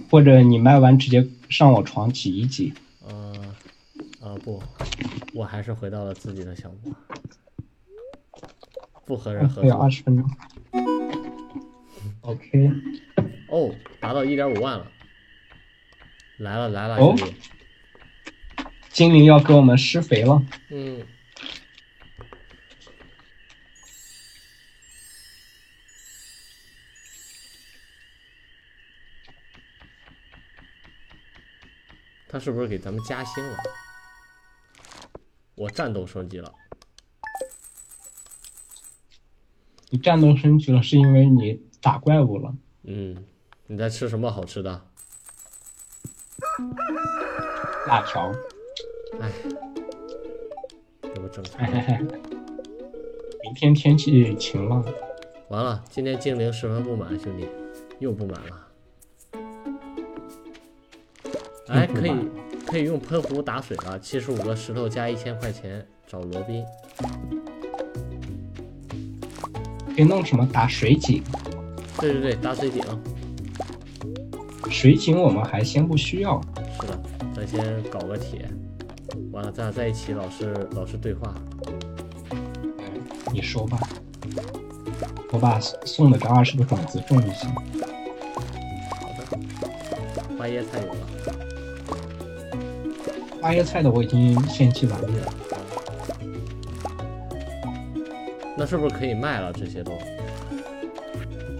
S2: 或者你卖完直接上我床挤一挤。
S1: 呃，呃不，我还是回到了自己的小屋，不和人合
S2: 还有
S1: 作
S2: 二。十分钟。OK，
S1: 哦，达到一点五万了，来了来了，
S2: 哦
S1: 兄弟。
S2: 精灵要给我们施肥了。
S1: 嗯。他是不是给咱们加薪了？我战斗升级了，
S2: 你战斗升级了，是因为你打怪物了。
S1: 嗯，你在吃什么好吃的？
S2: 辣条，
S1: 哎，这不正常
S2: 嘿。嘿嘿。明天天气晴朗，
S1: 完了，今天精灵十分不满，兄弟，又不满了。哎，
S2: 又不
S1: 可
S2: 满
S1: 以
S2: 了
S1: 可以用喷壶打水了，七十五个石头加一千块钱找罗宾。
S2: 可以弄什么打水井？
S1: 对对对，打水井。
S2: 水井我们还先不需要，
S1: 是的，咱先搞个铁。完了，咱俩在一起老是老是对话。
S2: 你说吧。我把送的这二十个种子种一下。
S1: 好的，花椰菜有了。
S2: 花椰菜的我已经献祭完毕了，
S1: 那是不是可以卖了？这些都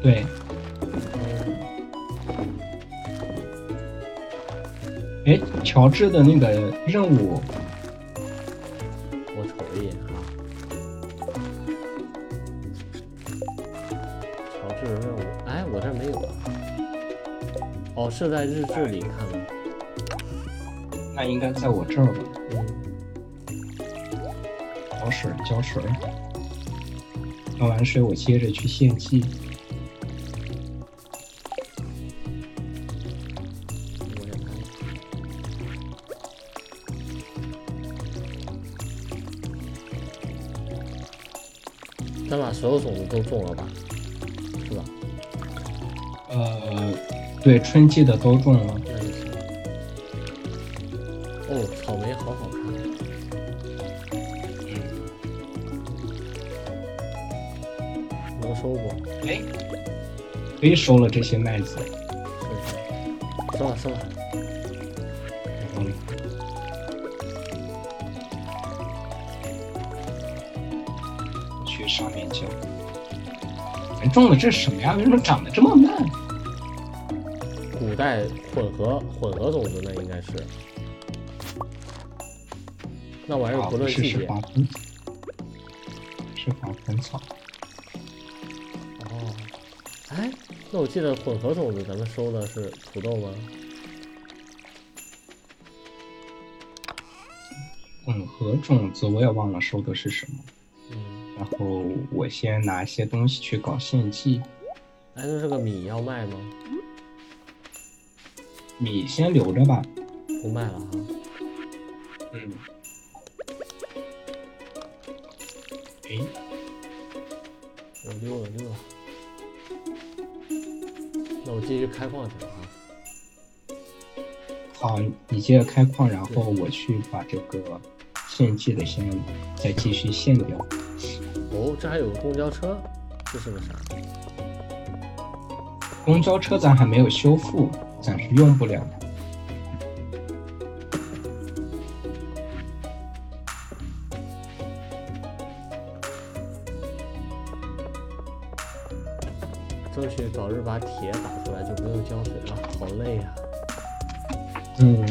S2: 对。哎，乔治的那个任务
S1: 我瞅一眼啊。乔治任务，哎，我这没有啊。哦，是在日志里看的。
S2: 那应该在我这儿吧？
S1: 嗯，
S2: 浇水，浇水。浇完水，我接着去献祭。
S1: 我也看。咱把所有种子都种了吧？是吧？
S2: 呃，对，春季的都种了。
S1: 那就行。哦，草莓好好看。能收不？
S2: 哎，可以收了这些麦子。
S1: 是是，收了收了。
S2: 嗯，去上面浇。人种的哎这是什么呀？为什么长得这么慢？
S1: 古代混合混合种子那应该是，那玩意儿
S2: 啊，
S1: 不
S2: 不
S1: 论
S2: 是
S1: 季
S2: 是
S1: 节。
S2: 黄蜂，是黄蜂草。
S1: 哦，哎，那我记得混合种子咱们收的是土豆吗？
S2: 混合种子我也忘了收的是什么。
S1: 嗯，
S2: 然后我先拿些东西去搞献祭，
S1: 哎，那这个米要卖吗？
S2: 米先留着吧。
S1: 不卖了哈。
S2: 嗯。哎，
S1: 我溜了溜了。那我继续开矿去了啊。
S2: 好，你接着开矿，然后我去把这个献祭的先再继续献掉。
S1: 哦，这还有个公交车，这是个啥？
S2: 公交车咱还没有修复，暂时用不了。
S1: 争取早日把铁打出来，就不用浇水了。好累呀、
S2: 嗯。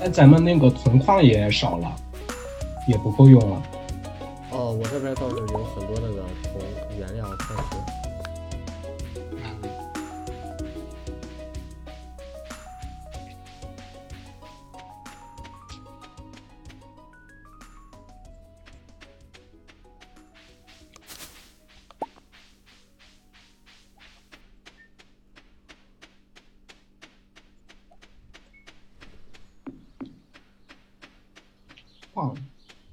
S2: 那咱们那个铜矿也少了，也不够用了。
S1: 哦，我这边倒是有很多那个铜原料矿石。
S2: 矿、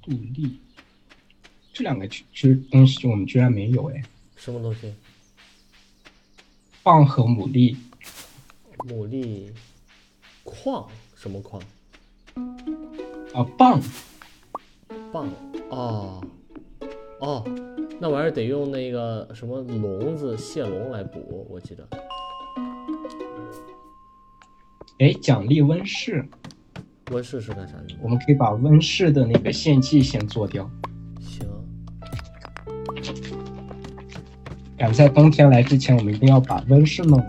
S2: 杜丽，这两个其实东西我们居然没有哎。
S1: 什么东西？
S2: 蚌和牡蛎，
S1: 牡蛎矿？什么矿？
S2: 啊，蚌，
S1: 蚌？哦，哦，那玩意儿得用那个什么笼子蟹笼来捕，我记得。
S2: 哎，奖励温室，
S1: 温室是干啥用
S2: 我
S1: 的？
S2: 们可以把温室的那个献祭先做掉，
S1: 行，
S2: 赶在冬天来之前，我们一定要把温室弄了。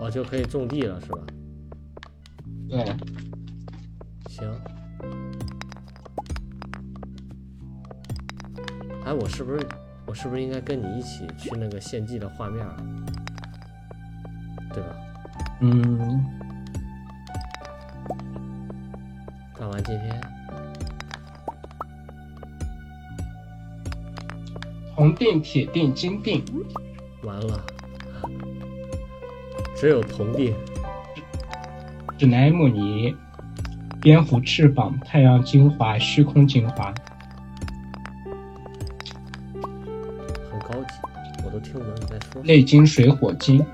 S1: 哦，就可以种地了是吧？
S2: 对，
S1: 行。哎，我是不是我是不是应该跟你一起去那个献祭的画面儿，啊对吧？
S2: 嗯，
S1: 干完今天，
S2: 铜锭、铁锭、金锭，
S1: 完了，只有铜币。
S2: 指南姆尼，蝙蝠翅膀、太阳精华、虚空精华。
S1: 很高级，我都听不懂你在说什么。
S2: 类金、水火金。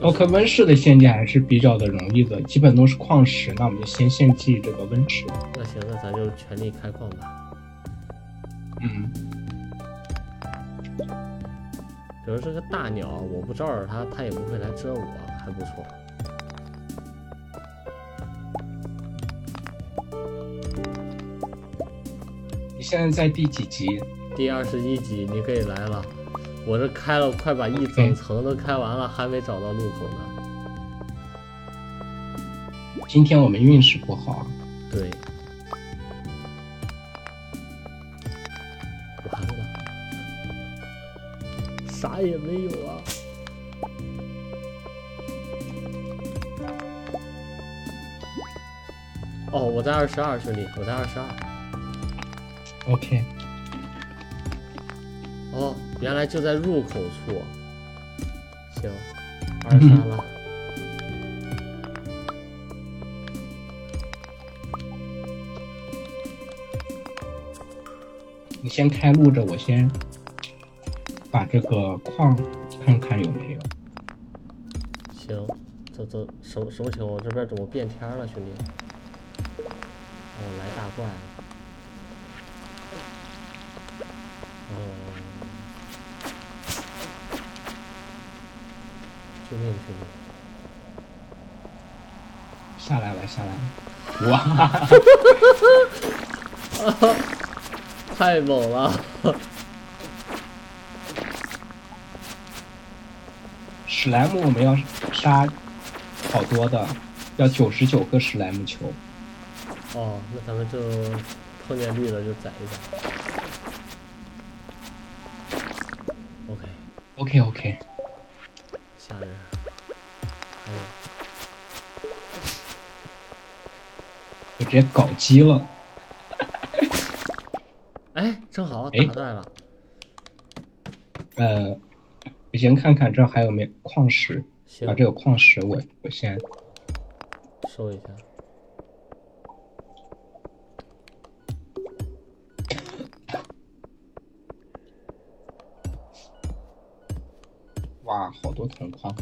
S2: OK，温室的献祭还是比较的容易的，基本都是矿石。那我们就先献祭这个温室。
S1: 那行，那咱就全力开矿吧。
S2: 嗯，
S1: 比如这个大鸟，我不招惹它，它也不会来蛰我，还不错。
S2: 你现在在第几集？
S1: 第二十一集你可以来了，我这开了快把一整层都开完了，还没找到路口呢。
S2: 今天我们运势不好，
S1: 对，完了，啥也没有啊。哦，我在二十二，兄弟，我在二十二。
S2: OK，
S1: 哦，原来就在入口处。行，二十三了。
S2: 你先开路着，我先把这个矿看看有没有。
S1: 行，走走，什么什么情况？这边怎么变天了，兄弟？哦，来大怪了。哦，救命，兄弟！
S2: 下来了，下来了。哇，
S1: 太猛了！
S2: 史莱姆我们要杀好多的，要九十九个史莱姆球。
S1: 哦，那咱们就碰见绿了就宰一宰。OK，
S2: OK OK，
S1: 下人。还有，
S2: 我直接搞基了。
S1: 哎，正好
S2: 哎
S1: 打断了。
S2: 呃，我先看看这还有没有矿石，
S1: 行
S2: 啊，，这有矿石我，我先
S1: 收一下。
S2: 哇，好多铜矿。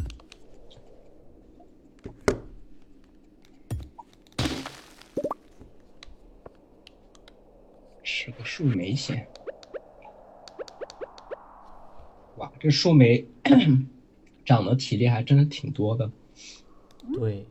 S2: 吃个树莓先。哇，这树莓长的体力还真的挺多的。
S1: 对，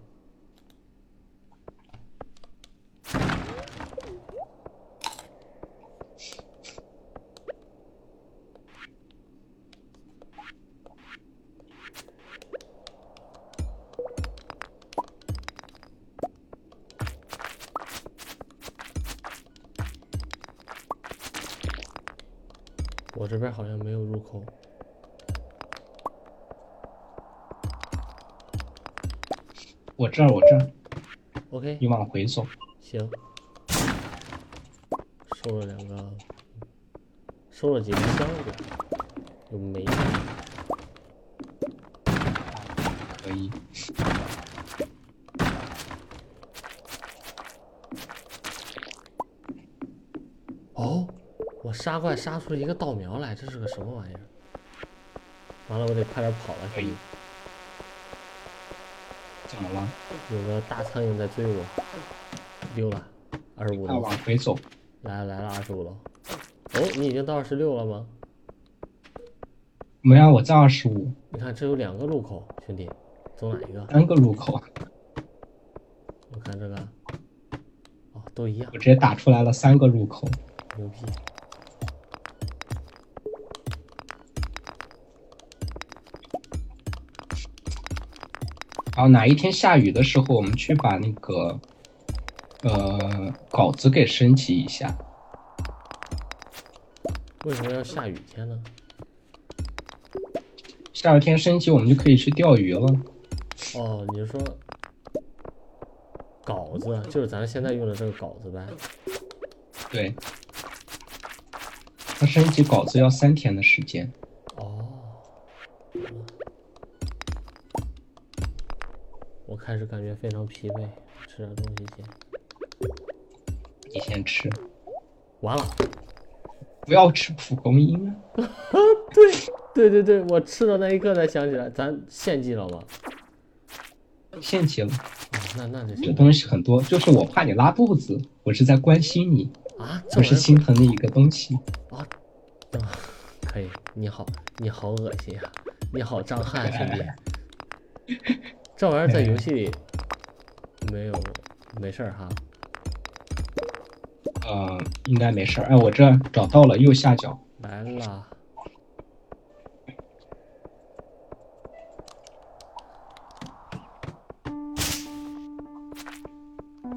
S1: 我这边好像没有入口。
S2: 我这儿，我这儿，
S1: OK，
S2: 你往回走。
S1: 行，收了两个，收了几个箱子，有煤炭。
S2: 可以。
S1: 哦，我杀怪杀出一个稻苗来，这是个什么玩意儿？完了，我得快点跑了。
S2: 可以怎么了？
S1: 有个大苍蝇在追我，溜了，二十五
S2: 那
S1: 楼，
S2: 啊往回走。
S1: 来了来了，二十五楼。哦，你已经到二十六了吗？
S2: 没有，我在二十五，
S1: 你看这有两个路口，兄弟，走哪一个？
S2: 三个路口，啊
S1: 我看这个，哦，都一样
S2: 我，直接打出来了三个路口。
S1: 牛逼。
S2: 然后哪一天下雨的时候，我们去把那个呃稿子给升级一下。
S1: 为什么要下雨天呢？
S2: 下雨天升级，我们就可以去钓鱼了。
S1: 哦，你是说稿子，啊就是咱现在用的这个稿子呗？
S2: 对，它升级稿子要三天的时间。
S1: 哦，我开始感觉非常疲惫，吃点东西先。
S2: 你先吃，
S1: 完了，
S2: 不要吃蒲公英啊！
S1: 对对对，我吃的那一刻才想起来，咱献祭了吗？
S2: 献祭了，
S1: 啊那那就
S2: 这
S1: 行
S2: 东西很多，就是我怕你拉肚子，我是在关心你，
S1: 啊，这
S2: 不
S1: 玩意
S2: 是
S1: 儿
S2: 心疼的一个东西。
S1: 啊啊，可以，你好，你好恶心呀、你好张翰兄弟， 这玩意儿在游戏里没有没事儿哈。
S2: 呃，应该没事儿。哎，我这儿找到了右下角，
S1: 来啦！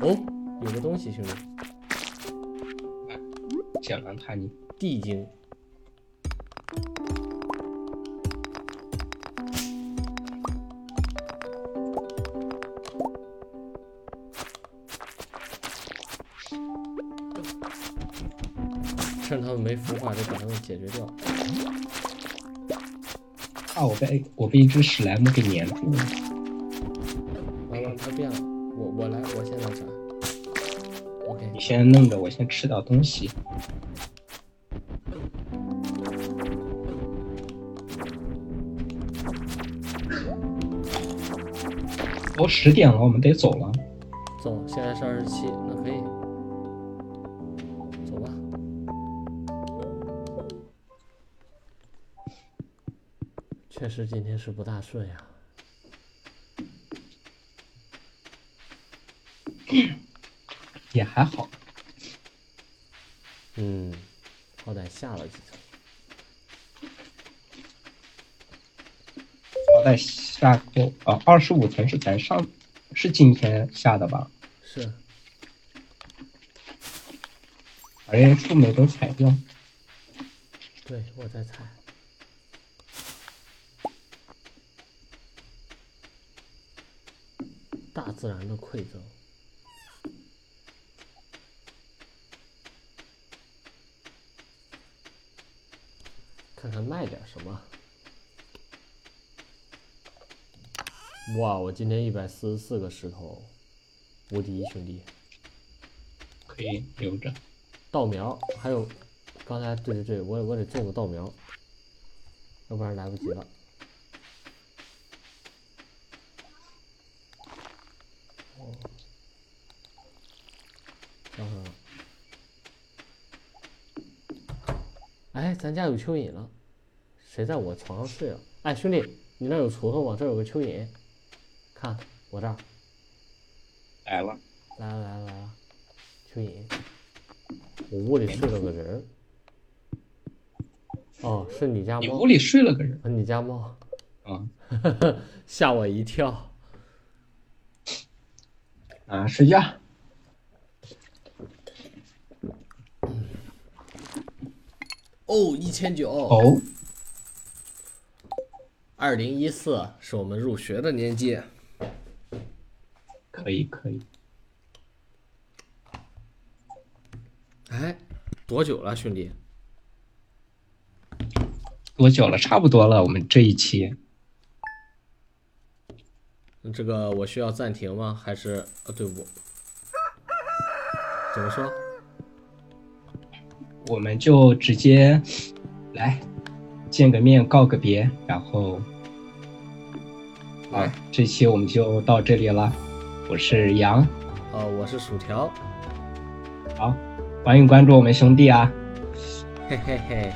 S1: 哦，有个东西，兄弟，
S2: 捡了它你。
S1: 地精。趁他们没孵化，就把他们解决掉。
S2: 啊，我被我被一只史莱姆给粘住了。
S1: 完了，它变了，我我来，我现在炸。OK，
S2: 你先弄着，我先吃点东西。都十点了，我们得走了。
S1: 走，现在是二十七，那可以，走吧。确实今天是不大顺呀。
S2: 也还好。
S1: 嗯，好歹下了几层。
S2: 好歹下过啊，二十五层是咱上是今天下的吧？
S1: 是，
S2: 把这些树莓都踩掉。
S1: 对我在猜。大自然的馈赠。看看卖点什么。哇，我今天一百四十四个石头，无敌兄弟！
S2: 可以留着。
S1: 稻苗，还有刚才对对对，我我得种个稻苗，要不然来不及了。哦，等会儿啊。哎，咱家有蚯蚓了，谁在我床上睡了？哎，兄弟，你那儿有锄头吗？这儿有个蚯蚓，看我这儿，
S2: 来了，
S1: 来了来了来了，蚯蚓。我屋里睡了个人儿。哦，是你家
S2: 你
S1: 猫
S2: 屋？里睡了个人
S1: 啊，你家猫，
S2: 啊？
S1: 吓我一跳。
S2: 啊，睡觉。
S1: 哦，一千九，
S2: 哦，
S1: 二零一四是我们入学的年纪。
S2: 可以可以，
S1: 哎，多久了，兄弟？
S2: 多久了？差不多了，我们这一期
S1: 这个我需要暂停吗？还是呃，对我怎么说？
S2: 我们就直接来见个面，告个别，然后
S1: 来哎
S2: 啊，这期我们就到这里了。我是杨，
S1: 呃，我是薯条，
S2: 好，欢迎关注我们兄弟啊。
S1: 嘿嘿嘿，